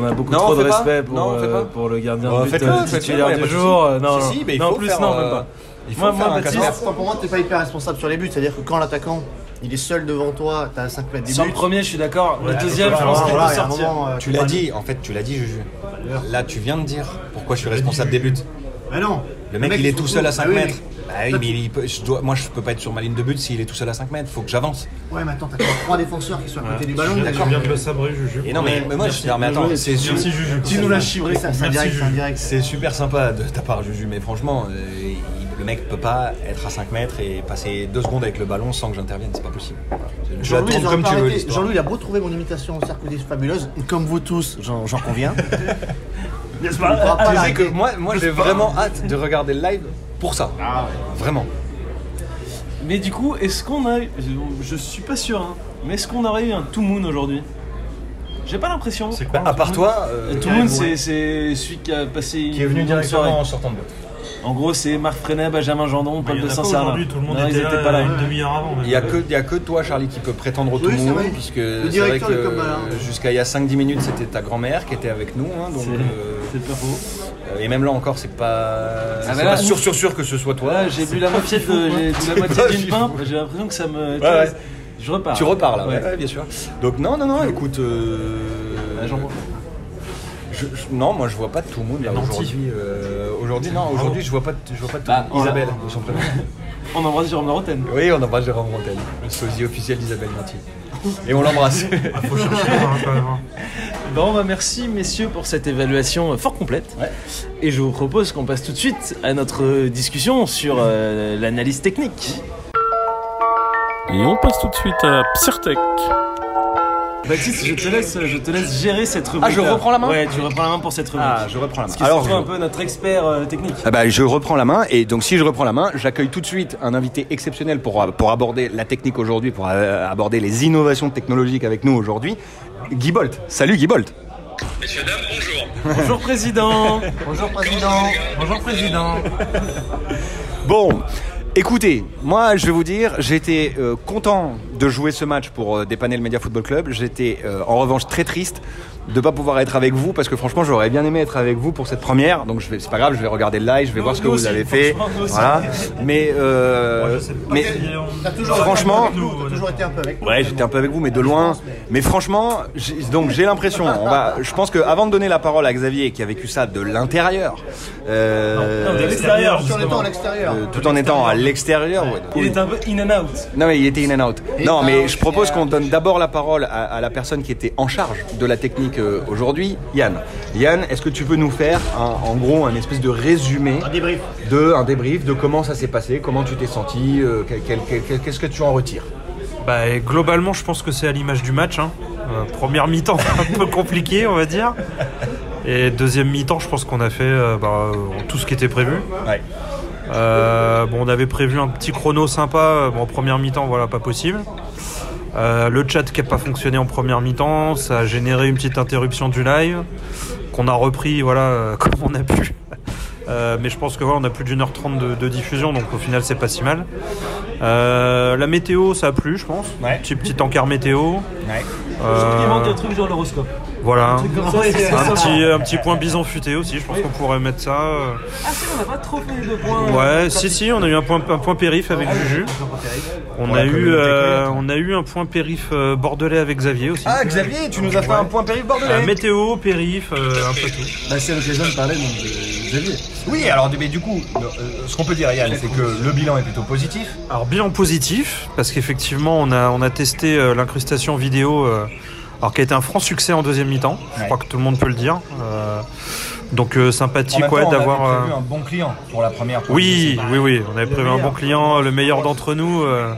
on a beaucoup
Non,
trop
on
de
fait pas.
respect pour,
Non, on
euh,
fait pas.
pour le gardien
Oh,
de but
faites-le,
euh,
faites-le, y
titulaire
a pas
du
de
jour.
souci.
Euh, Non,
Si, si, mais il
non,
faut
en plus,
faire,
non,
euh,
même pas.
il faut
Moi,
faire
moi,
un
Baptiste,
cadre.
Enfin, pour moi, t'es pas hyper responsable sur les buts. C'est-à-dire que quand l'attaquant, il est seul devant toi, t'as 5 mètres des
sur
buts.
le premier, je suis d'accord. Le
Ouais,
deuxième, je
voilà,
pense qu'il
voilà,
peut
il y a un
sortir.
moment, euh,
Tu l'as dit, en fait, tu l'as dit, Juju. Là, tu viens de dire pourquoi je suis responsable des buts.
Bah non.
Le mec, Ah, il est
se
tout seul à
retrouve-
5
Bah oui,
mètres. Bah oui, mais il peut- je dois- moi, je peux pas être sur ma ligne de but s'il est tout seul à 5 mètres. Faut que j'avance.
mais- Ouais, mais attends, t'as quand même trois défenseurs qui sont à côté du
Je
ballon.
viens- je viens de le sabrer, Juju.
Et non, mais, mais moi, je suis mais attends, c'est su-
Merci, Juju.
Tu nous l'as chivré, ça, c'est
Merci,
indirect,
Juju.
c'est indirect.
c'est super sympa de ta part, Juju, mais franchement, euh, il- le mec peut pas être à 5 mètres et passer 2 secondes avec le ballon sans que j'intervienne. C'est pas possible. Je la
Jean-Louis,
tourne
ils auraient
comme
pas
tu veux,
arrêté.
l'histoire.
Jean-Louis, il a beau trouver mon imitation au Sarkozy fabuleuse, comme vous tous, j'en j'en conviens.
N'est-ce
On pourra
pas
pas
Ah, Tu sais
l'arrêter.
que moi, moi j'ai vraiment hâte de regarder le live pour ça. Vraiment.
Mais du coup, est-ce qu'on a. eu- Je suis pas sûr, hein, mais est-ce qu'on aurait eu un tout moon aujourd'hui J'ai pas l'impression.
C'est quoi hein,
Bah, à part toi, euh,
Tout moon, c'est c'est celui qui a passé.
qui est venu
une longue soirée.
directement en sortant de boîte.
En gros, c'est Marc Freinet, Benjamin Jandon,
Il
Paul
y en
de
a pas
Saint-Sernin.
Aujourd'hui, tout le monde
Non,
était
ils étaient
là
pas là. euh,
une demi-heure avant. euh, même.
Il n'y a, que- il y a que toi, Charlie, qui peut prétendre au tout
Oui, c'est
monde,
vrai.
puisque
Le
c'est vrai
directeur
que
est comme, hein.
euh, jusqu'à il y a 5-10 minutes, c'était ta grand-mère qui était avec nous. hein, donc,
C'est-
euh,
C'est pas faux.
euh, et même là encore, c'est pas, c'est
mais
pas
là-
sûr, sûr, sûr que ce soit toi.
Voilà, j'ai bu la moitié de, j'ai bu la
C'est
moitié
pas
d'une
fifou.
pinte. J'ai l'impression que ça me.
Ouais, ouais.
Je repars.
Tu repars là, ouais,
Ouais.
Ah, ouais, bien sûr. Donc non, non, non, écoute. euh,
Ah, j'en vois.
je- je- non, moi je vois pas de tout le monde là
Nantis.
aujourd'hui. euh, aujourd'hui, non, aujourd'hui je vois pas, de, je vois pas de tout le
Bah,
monde. Isabelle, son prénom.
On embrasse Jérôme Laroten.
Oui, on embrasse Jérôme Montel, le sosie officiel d'Isabelle Nanty. Et on l'embrasse.
Faut chercher hein, quand même. hein.
Bon, bah merci messieurs pour cette évaluation euh, fort complète.
Ouais.
Et je vous propose qu'on passe tout de suite à notre euh, discussion sur euh, l'analyse technique.
Et on passe tout de suite à Psirtec.
Baptiste, je te laisse, je te laisse gérer cette rubrique.
je reprends la main
Ouais, tu Ah, reprends la main pour cette rubrique.
Ah, je reprends la main.
Alors,
je-
un peu notre expert euh, technique.
Ah bah, je reprends la main et donc si je reprends la main, j'accueille tout de suite un invité exceptionnel pour, pour aborder la technique aujourd'hui, pour euh, aborder les innovations technologiques avec nous aujourd'hui, Guy Bolt. Salut Guy Bolt.
Bonjour président.
Bonjour, président.
Bonjour président.
Bon, écoutez, moi je vais vous dire, j'étais euh, content de jouer ce match pour euh, dépanner le Media Football Club. J'étais euh, en revanche très triste de ne pas pouvoir être avec vous parce que franchement j'aurais bien aimé être avec vous pour cette première. Donc je vais, c'est pas grave, je vais regarder le live, je vais voir ce que
nous
vous
aussi,
avez fait.
franchement, nous aussi.
Voilà. Mais, euh,
Moi, je sais pas
mais
si on-
T'as toujours
Franchement-
été un peu avec nous, t'as toujours été un peu avec nous.
Ouais, j'étais un peu avec vous, mais de loin. Mais franchement, j'ai- donc j'ai l'impression. On va, je pense que avant de donner la parole à Xavier, qui a vécu ça de l'intérieur, euh,
De l'extérieur.
Sur le temps
justement.
à l'extérieur.
euh, tout en étant à l'extérieur. ouais.
Il est un peu in and out.
Non, mais il était in and out.
In
Non,
and
mais
out,
je propose
yeah.
qu'on donne d'abord la parole à, à la personne qui était en charge de la technique euh, aujourd'hui, Yann. Yann, est-ce que tu peux nous faire un- en gros un espèce de résumé
Un débrief.
de un débrief de comment ça s'est passé, comment tu t'es senti, euh, quel- quel- quel- quel- qu'est-ce que tu en retires
Bah, et globalement, je pense que c'est à l'image du match. hein. Euh, première mi-temps, un peu compliqué, on va dire. Et deuxième mi-temps, je pense qu'on a fait euh, bah, euh, tout ce qui était prévu.
Ouais.
Euh, bon, on avait prévu un petit chrono sympa. euh, Bon, en première mi-temps, voilà, pas possible. Euh, le chat qui n'a pas fonctionné en première mi-temps, ça a généré une petite interruption du live qu'on a repris, voilà, euh, comme on a pu. Euh, mais je pense que voilà, on a plus d'une heure trente de, de diffusion, donc au final, c'est pas si mal. Euh, la météo, ça a plu, je pense.
Ouais.
Petit, petit encart météo. Euh,
Il manque un truc dans l'horoscope.
Voilà.
Un truc comme ça, c'est-
Un petit,
euh.
euh, un petit point bison futé aussi, je pense qu'on pourrait mettre ça. euh.
Ah si, on n'a pas trop fait de points.
Ouais, si, si, on a eu un point, un point périph
Ah,
avec Juju. On a, eu, euh, on a eu un point périph euh, bordelais avec Xavier aussi.
Ah Xavier, tu nous as fait un point périph
Euh,
bordelais.
météo, périph, euh, un peu tout.
Bah, c'est l'occasion de parler donc, de Xavier. Oui, alors mais du coup, euh, ce qu'on peut dire, Yann, c'est que le bilan est plutôt positif.
Alors, bilan positif, parce qu'effectivement, on a, on a testé euh, l'incrustation vidéo, euh, alors qui a été un franc succès en deuxième mi-temps. Je
Ouais.
crois que tout le monde peut le dire. Euh, donc, euh,
En
sympathique,
même
ouais,
temps, on
d'avoir.
avait
euh,
prévu un bon client pour la première. pour le
Oui,
deuxième.
oui, oui. On avait prévu un bon client, le meilleur d'entre nous. euh.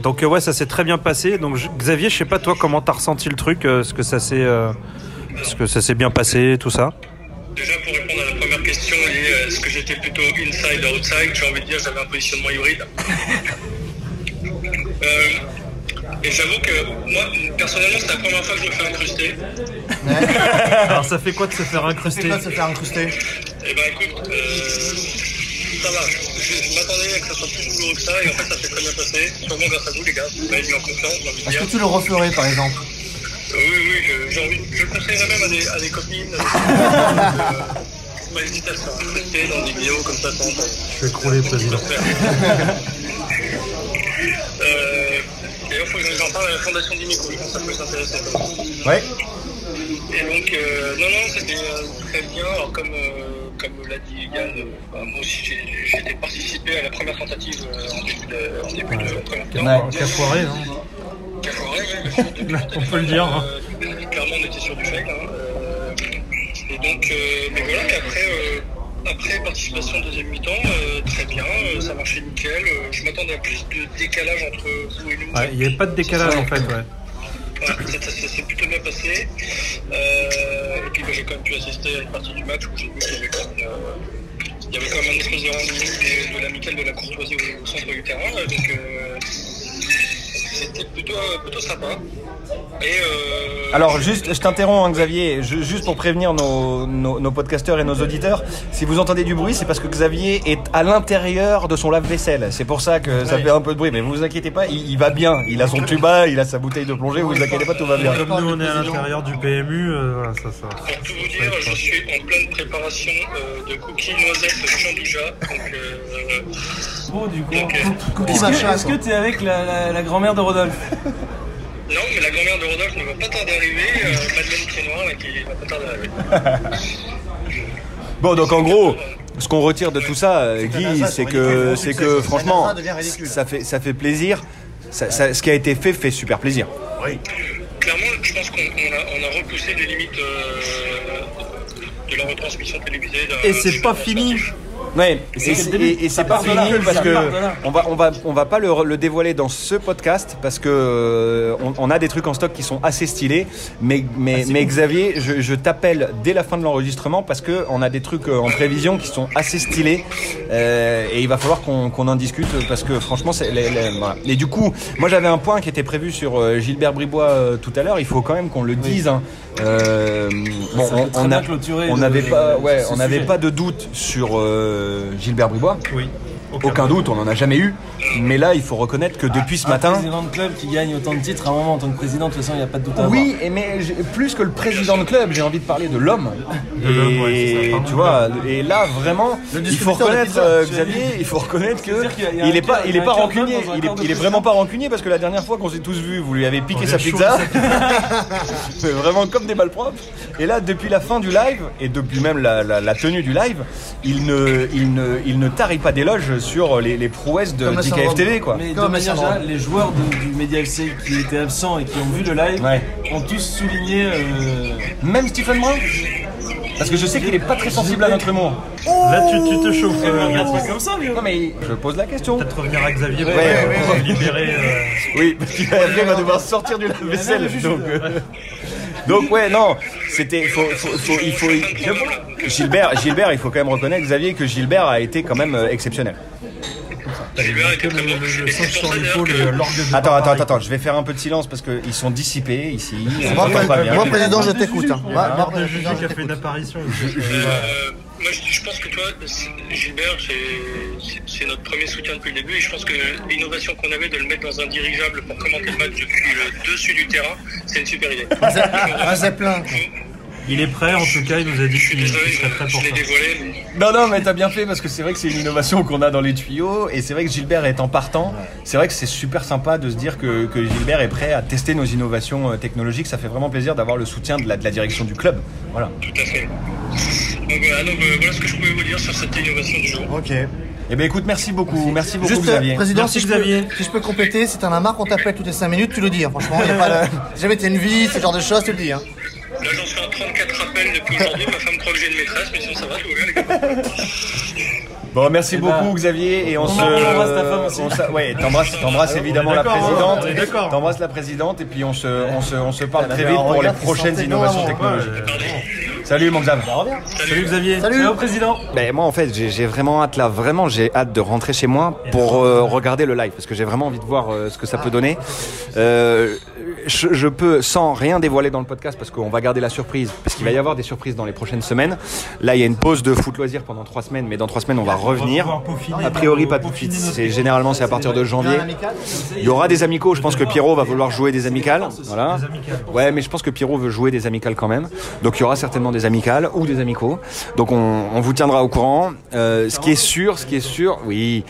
Donc euh, ouais, ça s'est très bien passé. Donc je- Xavier, je sais pas toi comment t'as ressenti le truc, euh, est-ce que ça s'est, euh, est-ce que ça s'est bien passé, tout ça.
Déjà pour répondre à la première question, liée à est-ce que j'étais plutôt inside ou outside J'ai envie de dire j'avais un positionnement hybride. Euh, et j'avoue que moi, personnellement, c'est la première fois que je me fais incruster.
Alors ça fait quoi de se faire
C'est
incruster
quoi de se faire incruster
Et ben écoute, euh, ça va. Je, je m'attendais à que ça soit plus douloureux que ça et en fait ça s'est très bien passé. Sûrement grâce à vous les gars, vous m'avez mis en confiance, j'ai envie de
Est-ce
dire.
que tu le referais par exemple
Oui, oui, je, j'ai envie- je le conseillerais même à des, à des copines. Euh, pas hésiter à se faire respecter dans des vidéos comme ça de temps en temps.
Je vais crouler, président.
Euh, D'ailleurs, faut que j'en parle à la Fondation du Micro, je pense que ça peut s'intéresser.
Ouais.
Et donc, euh, non, non, c'était euh, très bien. Alors, comme, euh, comme l'a dit Yann, euh, bah, moi aussi, j'ai- j'étais participé à la première tentative euh, en début de, en début de première
Qui a qui a foiré, hein. On peut le dire. hein.
Euh, clairement on était sur du fake. hein. Euh, et donc, euh, mais voilà, mais après, euh, après participation deuxième mi-temps, euh, très bien, euh, ça marchait nickel. Euh, je m'attendais à plus de décalage entre vous et nous.
Ouais, il n'y avait pas de décalage
Ouais.
en fait, ouais.
Ouais, ça, ça- ça s'est plutôt bien passé. Euh, et puis bah, j'ai quand même pu assister à une partie du match où j'ai vu qu'il y avait quand même, euh, il y avait quand même un espèce de rendez-vous de, de l'amicale de la courtoisie au, au centre du terrain. euh, Donc euh, c'était plutôt, euh, plutôt sympa. Et euh,
Alors juste, je t'interromps hein, Xavier, Je- juste pour prévenir nos, nos, nos podcasteurs et nos auditeurs, si vous entendez du bruit, c'est parce que Xavier est à l'intérieur de son lave-vaisselle. C'est pour ça que ça fait un peu de bruit, mais vous vous inquiétez pas, il, il va bien. Il a son tuba, il a sa bouteille de plongée, vous vous inquiétez pas, tout va bien.
Comme nous on est à l'intérieur du PMU, euh, voilà, ça, ça.
dire, je suis en pleine préparation euh, de cookies noisettes chandouja. Donc, euh, euh,
Oh,
donc, euh,
Est-ce que- est-ce que t'es avec la, la- la grand-mère de Rodolphe
non, mais la grand-mère de Rodolphe ne va pas tarder à arriver. Euh, Madeleine Crénoir, là, qui va pas tarder à arriver.
Bon, donc en gros, ce qu'on retire de tout ça, euh, Guy,
NASA
c'est
sur
que,
ridicule,
c'est
c'est
que
ça,
franchement,
la NASA devient ridicule.
ça fait, ça fait plaisir. Ça- ça- ce qui a été fait fait super plaisir.
Oui. Clairement, je pense qu'on on a, on a repoussé les limites euh, de la retransmission télévisée. d'un-
Et c'est pas fini. Ouais, et
c'est
c'est-
le début.
et- et c'est
Ça
pas
part de là,
fini
ça
parce que
part de là.
on va, on va, on va pas le, le dévoiler dans ce podcast parce que euh, on, on a des trucs en stock qui sont assez stylés. Mais,
Ah,
mais, mais Xavier, je, je t'appelle dès la fin de l'enregistrement parce que on a des trucs euh, en prévision qui sont assez stylés euh, et il va falloir qu'on qu'on en discute parce que franchement, c'est les- les- voilà. et du coup, moi j'avais un point qui était prévu sur euh, Gilbert Bribois euh, tout à l'heure. Il faut quand même qu'on le dise. hein. Euh, bon,
Ça peut
on
très
on a-
bien clôturer
on
le-
n'avait pas,
le-
ouais,
ce
on n'avait
sujet.
pas de doute sur euh, Gilbert Bribois.
Oui.
Aucun, doute, on n'en a jamais eu. Mais là, il faut reconnaître que depuis ce
Un
matin.
président de club qui gagne autant de titres, à un moment, en tant que président, de toute façon, il n'y a pas de doute à avoir.
Oui, et mais j'ai- plus que le président de club, j'ai envie de parler de l'homme.
l'homme, ouais,
Et
c'est ça.
tu vois, et là vraiment,
Le
il faut
distributeur de
reconnaître
pizza.
euh, Xavier, il faut reconnaître que
y a
il
un
est pas,
cœur-
il
il y a
est
un
pas
cœur
rancunier.
d'homme dans un
Il est,
corps de
il est
pizza.
vraiment pas rancunier parce que la dernière fois qu'on s'est tous vus, vous lui avez piqué
Oh,
sa
il est chaud,
pizza, Mais vraiment comme des balles propres. Et là, depuis la fin du live et depuis même la, la- la tenue du live, il ne, il ne, il ne tarit pas d'éloges sur les, les prouesses de
Comme à Saint-Rome.
DKFTV quoi.
Mais de manière générale, les joueurs de- du Media FC qui étaient absents et qui ont vu le live ont tous souligné. euh,
Même Stephen Brown Parce que je sais qu'il est pas très sensible à notre humour.
Là, tu, tu te chauffes. euh,
comme ça,
Non, mais je pose la question.
Peut-être revenir à Xavier
Ouais,
pour
ouais,
euh,
ouais.
libérer. euh,
Oui, parce qu'après, il va devoir sortir du lave-vaisselle. Donc, euh, donc, ouais, non, c'était. faut- faut- faut- il faut, Gilbert, Gilbert, il faut quand même reconnaître, Xavier, que Gilbert a été quand même euh, exceptionnel.
euh, Ah.
Attends, attends, attends, attends, je vais faire un peu de silence parce qu'ils sont dissipés ici. ils
Moi,
entendent pas bien.
moi, président, je t'écoute. hein.
Il y
Moi,
a
moi,
un de Juju
président,
qui
je
a fait une apparition.
Euh, moi, je, je pense que toi, c'est- Gilbert, c'est- c'est c'est notre premier soutien depuis le début. Et je pense que l'innovation qu'on avait de le mettre dans un dirigeable pour commenter le match depuis le dessus du terrain, c'est une super idée.
Un zeppelin.
Il est prêt, en tout cas, il nous a dit qu'il qu'il serait prêt pour ça.
Non, non, mais t'as bien fait parce que c'est vrai que c'est une innovation qu'on a dans les tuyaux et c'est vrai que Gilbert est en partant. C'est vrai que c'est super sympa de se dire que, que Gilbert est prêt à tester nos innovations euh, technologiques. Ça fait vraiment plaisir d'avoir le soutien de la, de la direction du club. Voilà.
Tout à fait. Donc voilà, donc, euh, voilà ce que je pouvais vous dire sur cette innovation du jour.
Ok.
Eh ben écoute, merci beaucoup. Merci, beaucoup,
Juste,
Xavier.
euh, président, si je, peux, si je peux compléter, si t'en as marre qu'on t'appelle toutes les 5 minutes, tu le dis. hein. Franchement, y a pas de... si jamais t'as une vie, ce genre de choses, tu le dis. Hein.
Là, j'en suis à 34 rappels depuis aujourd'hui. Ma femme croit que j'ai une maîtresse, mais sinon, ça va, tout va bien, les gars.
Bon, merci beaucoup, Xavier. Et on,
Eh ben, on
se.
embrasse ta femme aussi.
on s'a- ouais, t'embrasses, t'embrasses
Ah,
évidemment
on est
la
d'accord,
présidente.
on est d'accord.
T'embrasses la présidente et puis on se, on se, on se parle
Elle
très
avait
vite
un
pour les
regard qui
prochaines
sentait
innovations
bon avant.
technologiques.
Salut mon
Bah,
Xav.
Salut Xavier.
Salut au président.
Ben, moi en fait j'ai j'ai vraiment hâte là, vraiment j'ai hâte de rentrer chez moi pour euh, regarder le live parce que j'ai vraiment envie de voir euh, ce que ça peut donner. Euh, je, je peux sans rien dévoiler dans le podcast parce qu'on va garder la surprise parce qu'il va y avoir des surprises dans les prochaines semaines. Là il y a une pause de foot loisir pendant trois semaines mais dans trois semaines on va euh, revenir. A priori pas tout de suite. C'est généralement c'est à partir de janvier.
Ah,
Il y aura des amicaux. Je pense que Pierrot va vouloir jouer des amicales. Voilà. Ouais, mais je pense que Pierrot veut jouer des amicales quand même. Donc il y aura certainement des amicales ou des amicaux. Donc on, on vous tiendra au courant. Euh, ce qui est sûr, ce qui est sûr, oui.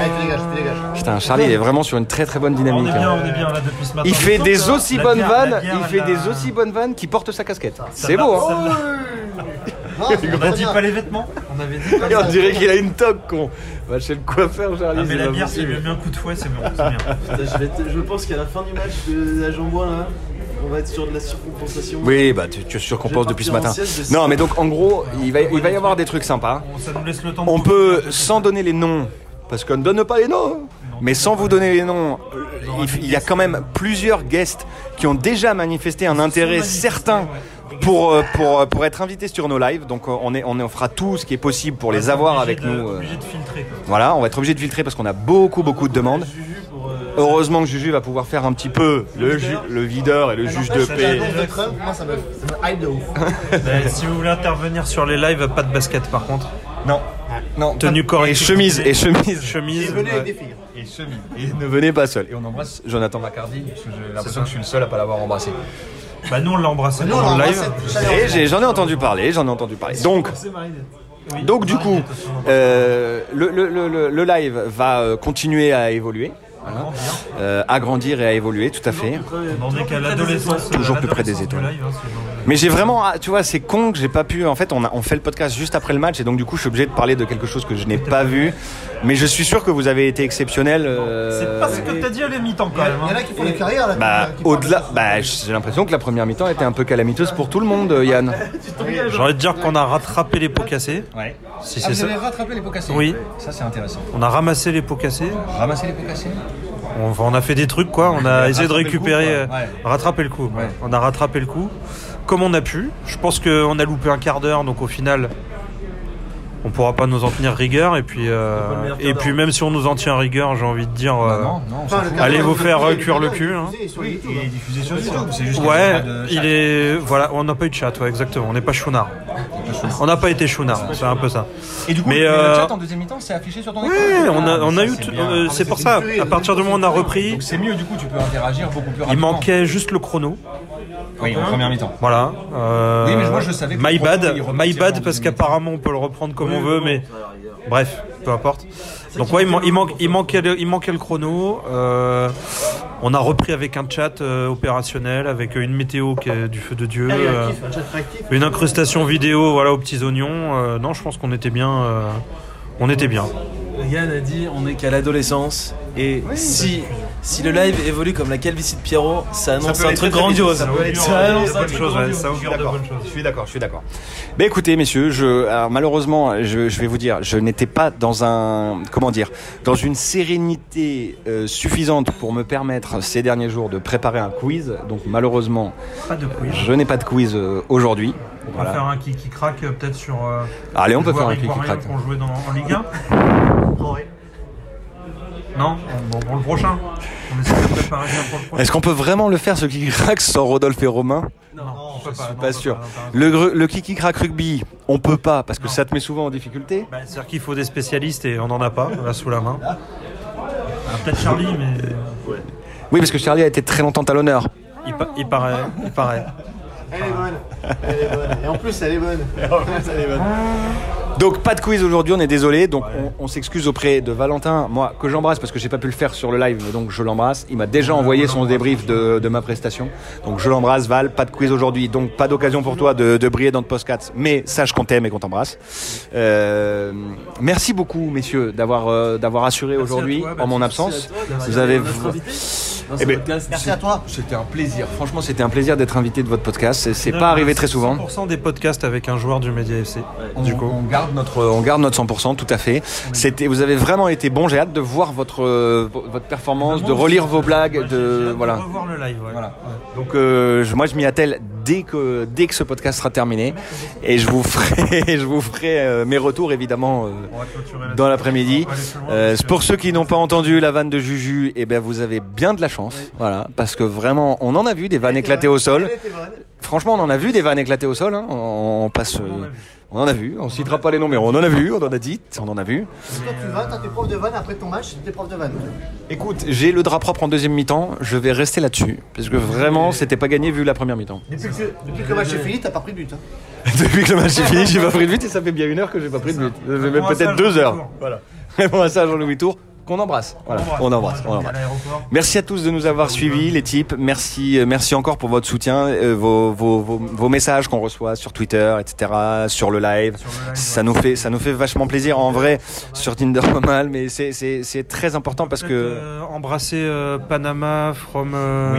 Allez, tu dégages, tu dégages.
Putain, Charlie, il est vraiment sur une très très bonne
On
dynamique.
est bien,
hein.
on est bien là depuis ce matin.
Il fait des
Surtout,
aussi
la
bonnes
bière, la
vannes.
bière,
Il fait
la-
des aussi bonnes vannes qui porte sa casquette. C'est
va,
beau.
ça
Hein.
On a dit pas les vêtements. Ah, On avait dit pas les
on dirait
vêtements.
qu'il a une toque, con. Va chez le coiffeur, Charlie.
Ah, mais
c'est
la
pas
bière, c'est
possible.
lui a mis un coup de fouet, c'est bon, c'est bien.
je, vais te- je pense qu'à la fin du match de la Jambois, là, on va être sur de la surcompensation.
Oui, bah tu, tu es sûr qu'on
Je
pense
vais
depuis ce
partir en
matin.
sieste de-
Non, mais donc en gros, il va, il va y avoir des trucs sympas.
Ça nous laisse le temps.
On peut, sans donner les noms, parce qu'on ne donne pas les noms, hein, mais sans vous donner les noms, euh, il, il y a quand même plusieurs guests qui ont déjà manifesté un intérêt certain pour, euh, pour, euh, pour être invités sur nos lives. Donc euh, on, est, on, est- on fera tout ce qui est possible pour les avoir avec nous. euh.
Obligé de filtrer. quoi.
Voilà, on va être obligé de filtrer parce qu'on a beaucoup beaucoup de demandes. Heureusement que Juju va pouvoir faire un petit peu le, ju- le videur et le juge de paix.
J'adore de Trump, moi ça me, ça me hype de ouf.
Ben, si vous voulez intervenir sur les lives, pas de basket par contre.
Non. Non.
Tenue correcte.
Et chemise, et chemise.
Chemise.
Venez
ouais.
avec des filles.
Et chemise. Et ne venez pas seul. Et on embrasse Jonathan Macardy, parce que j'ai l'impression que je suis le seul à pas l'avoir embrassé.
Bah nous on l'a embrassé
Nous, on
dans le
l'a
live.
embrassé.
Et j'ai- j'en ai entendu parler, j'en ai entendu parler. Donc, donc du coup, euh, le, le- le- le- le live va euh, continuer à évoluer. Voilà. Euh, agrandir et à évoluer, tout à fait.
On est qu'à l'adolescence. euh,
Toujours
à
plus près des
l'adolescence du
étoiles.
live, hein, c'est genre-
Mais j'ai vraiment, ah, tu vois, c'est con que j'ai pas pu. En fait, on, a, on fait le podcast juste après le match et donc du coup, je suis obligé de parler de quelque chose que je n'ai pas vu. Mais je suis sûr que vous avez été exceptionnel. euh,
C'est pas ce que t'as dit à la mi-temps quand même.
Il y en
hein.
a qui font des carrières là.
Bah, au-delà, bah, j'ai l'impression que la première mi-temps était un peu calamiteuse pour tout le monde, euh, Yann.
J'ai envie de dire qu'on a rattrapé les pots cassés.
Ouais.
Si c'est ça.
rattrapé les pots cassés.
Oui.
Ça, c'est intéressant.
On a ramassé les pots cassés.
Ramasser les pots cassés.
On, enfin, on a fait des trucs quoi, on a
Ouais,
essayé de
rattraper le coup,
récupérer,
quoi. Ouais.
euh, rattraper le coup. ouais. On a rattrapé le coup comme on a pu. Je pense qu'on a loupé un quart d'heure, donc au final, on pourra pas nous en tenir rigueur. Et puis, euh,
pas le meilleur quart
et puis
d'heure.
même si on nous en tient rigueur, j'ai envie de dire,
Bah
euh, allez
Allez
vous faire euh, cuire le cul. hein.
Oui,
diffusé sur YouTube. C'est juste
Ouais, il est voilà, on n'a pas eu de chat, ouais, exactement. On n'est pas chounard. On n'a pas été chounard, c'est un peu ça.
Et du coup,
Mais,
le
euh,
chat en deuxième mi-temps, c'est affiché sur ton
Oui,
écran.
on a,
Ah,
on a
ça,
eu,
c'est
tout-
bien.
euh,
Ah,
c'est
mais
pour
c'est
ça.
une
À partir du moment où on a repris,
Donc c'est mieux, du coup, tu peux interagir beaucoup plus
il
rapidement.
manquait juste le chrono.
Oui, en première mi-temps.
Voilà. euh,
Oui, mais moi, je savais que
My
le chrono,
bad,
il repartirait
my bad,
en
parce
deuxième
qu'apparemment on peut le reprendre comme on veut, mais bref, peu importe. Donc ouais, il, man- il manque, il manquait, le, il manquait le chrono. euh, on a repris avec un chat euh, opérationnel, avec une météo qui est du feu de dieu, euh,
un chat réactif.
une incrustation vidéo, voilà aux petits oignons. Euh, non, je pense qu'on était bien. euh, on était bien.
Yann a dit on est qu'à l'adolescence et si si le live évolue comme la calvitie de Pierrot, ça annonce un truc grandiose.
ça peut aller très,
Ça
très
annonce
vite.
un
Bonne
truc
chose, ouais,
grandiose.
ça augure de bonnes
Je
choses.
suis d'accord, je suis d'accord. Mais écoutez, messieurs, je, alors, malheureusement, je, je vais vous dire, je n'étais pas dans un, comment dire, dans une sérénité euh, suffisante pour me permettre ces derniers jours de préparer un quiz. Donc malheureusement,
Pas de quiz.
je n'ai pas de quiz euh, aujourd'hui.
On va faire
Voilà.
un qui qui craque euh, peut-être sur. euh,
Allez, on
les
peut faire
joueurs
un qui qui
ivoiriens
craque.
qu'on jouait dans, en Ligue 1 Non Bon, pour le prochain. On essaie de préparer ça pour le prochain.
Est-ce qu'on peut vraiment le faire ce qui craque sans Rodolphe et Romain
Non, on peut
Bah,
pas, non, on
Pas
peut
sûr.
pas, non, pas-
Le, gre- le kiki crack rugby, on peut pas parce que ça te met souvent en difficulté.
Bah, C'est-à-dire qu'il faut des spécialistes et on n'en a pas, là sous la main. Ah, peut-être Charlie, mais
Oui, parce que Charlie a été très longtemps à l'honneur.
il, pa- il paraît. Il paraît.
Elle est bonne. Elle est bonne. Et en plus, elle est bonne. Elle est bonne.
Donc pas de quiz aujourd'hui, on est désolé. Donc on, on s'excuse auprès de Valentin, moi que j'embrasse parce que j'ai pas pu le faire sur le live, mais donc je l'embrasse. Il m'a déjà envoyé son débrief de, de ma prestation, donc je l'embrasse. Val, pas de quiz aujourd'hui, donc pas d'occasion pour toi de, de briller dans le podcast. Mais sache qu'on t'aime et qu'on t'embrasse. Euh, merci beaucoup, messieurs, d'avoir euh, d'avoir assuré aujourd'hui
toi, bah,
en mon
merci
absence.
à toi d'avoir
Vous avez
Notre invité dans ce
Eh ben,
podcast.
Merci à toi.
c'était un plaisir. Franchement, c'était un plaisir d'être invité de votre podcast. C'est- C'est pas arrivé très souvent.
100% des podcasts avec un joueur du Média FC.
On- On garde notre, on garde notre 100%, tout à fait. C'était, vous avez vraiment été bon. J'ai hâte de voir votre, euh, vo- votre performance, de relire vos blagues,
J'ai hâte
de,
de
voilà.
revoir le live. ouais.
Donc, euh, je- moi, je m'y attelle dès que, dès que ce podcast sera terminé. Et je vous ferai, je vous ferai euh, mes retours évidemment euh, dans l'après-midi. Euh, pour ceux qui n'ont pas entendu la vanne de Juju, eh ben vous avez bien de la chance, voilà, parce que vraiment, on en a vu des vannes éclatées au sol. Franchement, on en a vu des vannes éclatées au sol. hein. On, on passe, euh, on en a vu. On citera pas les noms, mais on en a vu, on en a dit, on en a vu.
Toi, tu vas, t'as tes profs de vanne après ton match, t'es prof de vanne.
Écoute, j'ai le drap propre en deuxième mi-temps. Je vais rester là-dessus, parce que vraiment, c'était pas gagné vu la première mi-temps.
Depuis que, depuis que le match est fini, t'as pas pris de but. hein.
Depuis que le match est fini, j'ai pas pris de but et ça fait bien une heure que j'ai pas pris de but. Ça fait même
Réponds à ça,
peut-être deux
Jean-Louis
heures.
Tour.
Voilà. Réponds à ça, Jean-Louis Tour, qu'on embrasse. Voilà, on embrasse. on embrasse. Merci à tous de nous avoir suivis, les types. Merci, euh, merci encore pour votre soutien, euh, vos, vos, vos, vos messages qu'on reçoit sur Twitter, etc., sur le live. Ça nous fait, ça nous fait vachement plaisir. En vrai, sur Tinder pas mal, mais c'est, c'est, c'est très important parce que.
Euh, embrasser euh, Panama from euh,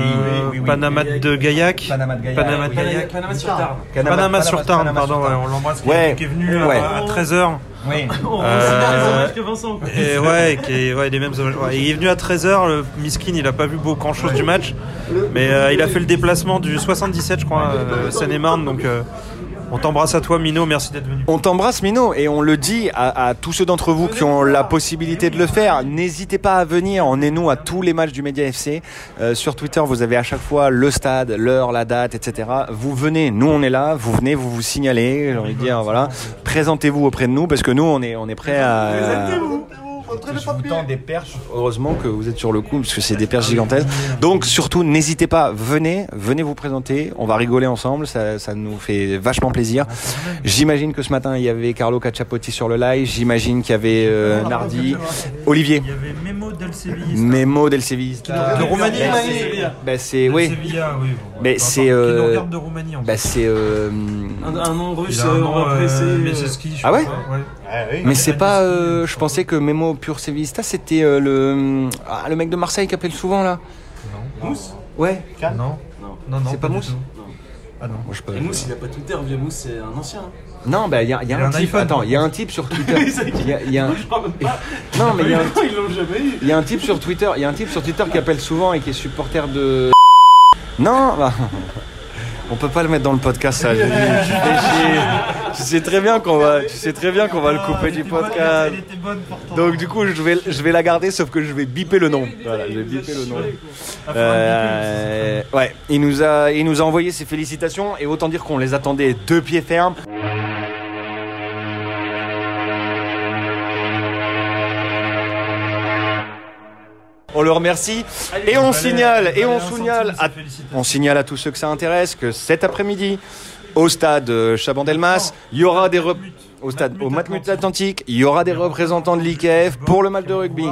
Panama de Gaillac. Panama de Gaillac. Panama,
oui. Panama sur Tarn.
Panama,
Panama
sur
sur
Tarn,
Tarn,
pardon.
Panama sur
ouais,
Tarn.
on l'embrasse qui,
Ouais.
qui est venu à-
Ouais.
à, 13h.
Oui. On
Euh,
remercie que Vincent.
et ouais, et qui est, ouais, les mêmes hommages. Ouais, il est venu à 13h, le Miskin, il a pas vu beaucoup grand chose du match, mais euh, il a fait le déplacement du 77, je crois, euh, Seine-et-Marne, donc euh, on t'embrasse à toi, Mino, merci d'être venu.
On t'embrasse Mino et on le dit à, à tous ceux d'entre vous qui ont la possibilité de le faire. N'hésitez pas à venir, on est nous à tous les matchs du Média FC. Euh, sur Twitter, vous avez à chaque fois le stade, l'heure, la date, etc. Vous venez, nous on est là, vous venez, vous vous signalez, j'ai envie de dire, voilà. Présentez-vous auprès de nous parce que nous on est, on est prêts à...
Je vous tends des perches.
Heureusement que vous êtes sur le coup, parce que c'est des perches gigantesques. Donc surtout, n'hésitez pas, venez, venez vous présenter. On va rigoler ensemble, ça, ça nous fait vachement plaisir. J'imagine que ce matin, il y avait Carlo Cachapotti sur le live. J'imagine qu'il y avait euh, Nardi, Olivier,
Memo Del
Memo Del Sevilla.
De Roumanie.
Ben, c'est- Ben c'est oui.
Bah,
Mais c'est euh, ben, c'est euh,
Un, un nom russe,
Il a un
euh,
nom,
on va
euh,
presser.
mais
euh,
c'est ce qui-
ah ouais.
oui.
Mais c'est pas. euh, je pensais que Memo Pur Sevista, c'était euh, le ah, le mec de Marseille qui appelle souvent là.
Mousse
Ouais.
Non. Non, non,
C'est pas
du
Mousse
tout. Ah non.
Moi, je peux-
Et Mousse, il a pas Twitter, vieux Mousse, c'est un ancien. hein.
Non, bah, il y a, il y a
Il a
un
un
type.
iPhone.
Attends, il y a un type sur Twitter.
Oui, c'est-
Il y a- il y a un-
Moi, je crois même pas.
Non, mais il y a un-
Ils l'ont jamais eu.
il y a un type sur Twitter. Il y a un type sur Twitter qui appelle souvent et qui est supporter de. Non. bah, On peut pas le mettre dans le podcast, ça. Je, je- je- je sais très bien qu'on va, je sais très bien qu'on va le
Ah,
couper
Ah,
du podcast. Donc du coup, je vais, je vais la garder, sauf que je vais biper le nom. Voilà, je vais biper le nom. Euh, ouais, il nous a, il nous a envoyé ses félicitations et autant dire qu'on les attendait deux pieds fermes. On le remercie et on signale et on signale à, on signale à tous ceux que ça intéresse que cet après-midi au stade euh, Chabandelmas, il y aura des rep- au stade au Matmut Atlantique, il y aura des représentants de l'IKF pour le match de rugby.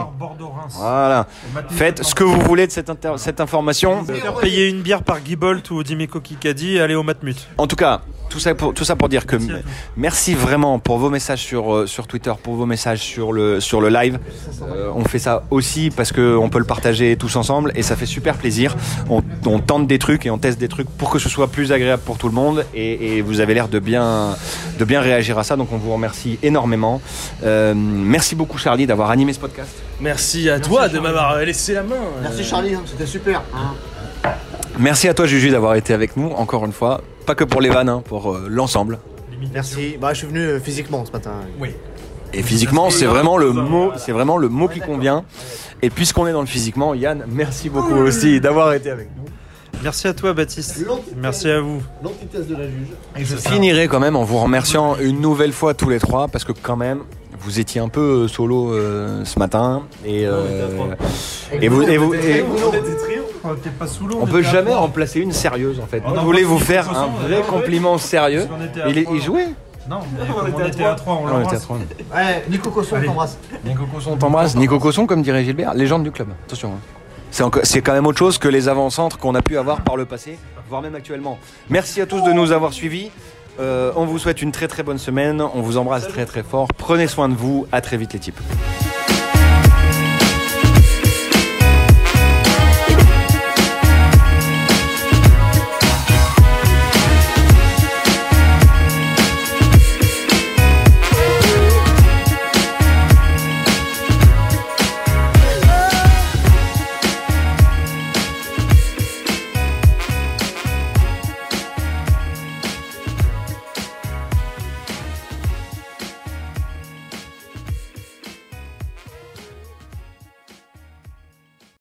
Voilà. Faites ce que vous voulez de cette, inter- cette information.
Payer une bière par Gibolt ou Dimeco Kikadi et aller au Matmut.
En tout cas, tout ça pour, tout ça pour dire que m- merci, vraiment pour vos messages sur, euh, sur Twitter, pour vos messages sur le, sur le live. Euh, on fait ça aussi parce qu'on peut le partager tous ensemble et ça fait super plaisir. On, on tente des trucs et on teste des trucs pour que ce soit plus agréable pour tout le monde et, et vous avez l'air de bien, de bien réagir à ça. Donc on vous remercie énormément. Euh, merci beaucoup Charlie d'avoir animé ce podcast.
Merci à toi de m'avoir euh, laissé la main.
Merci Charlie, hein, c'était super. hein.
Merci à toi Juju d'avoir été avec nous encore une fois. Pas que pour les vannes, hein, pour euh, l'ensemble.
Merci. Bah, je suis venu euh, physiquement ce matin.
Oui.
Et physiquement, c'est vraiment le mot, c'est vraiment le mot qui convient. Et puisqu'on est dans le physiquement, Yann, merci beaucoup aussi d'avoir été avec nous.
Merci à toi, Baptiste. Merci à vous.
L'antithèse de la juge.
Je finirai quand même en vous remerciant une nouvelle fois tous les trois parce que quand même. Vous étiez un peu euh, solo euh, ce matin et, euh, et vous, et vous- et-
Oh, T'es pas sous l'eau.
on peut jamais remplacer une sérieuse en fait.
Oh,
Moi,
non,
je voulais
moi,
vous
de
faire
toute
un
façon,
vrai
euh,
compliment sérieux.
on était à
Il, est-
trois.
il jouait
Non, mais comme on était à 3, on
On était à
l'embrasse.
trois.
Ouais, Nico Cosson, on
Allez.
t'embrasse.
Nico Cosson,
On t'embrasse. Nico Cosson, comme dirait Gilbert, légende du club. Attention. hein. C'est encore- C'est quand même autre chose que les avant-centres qu'on a pu avoir par le passé, voire même actuellement. Merci à tous de nous avoir suivis. Euh, on vous souhaite une très très bonne semaine. On vous embrasse très très fort. Prenez soin de vous. À très vite les types.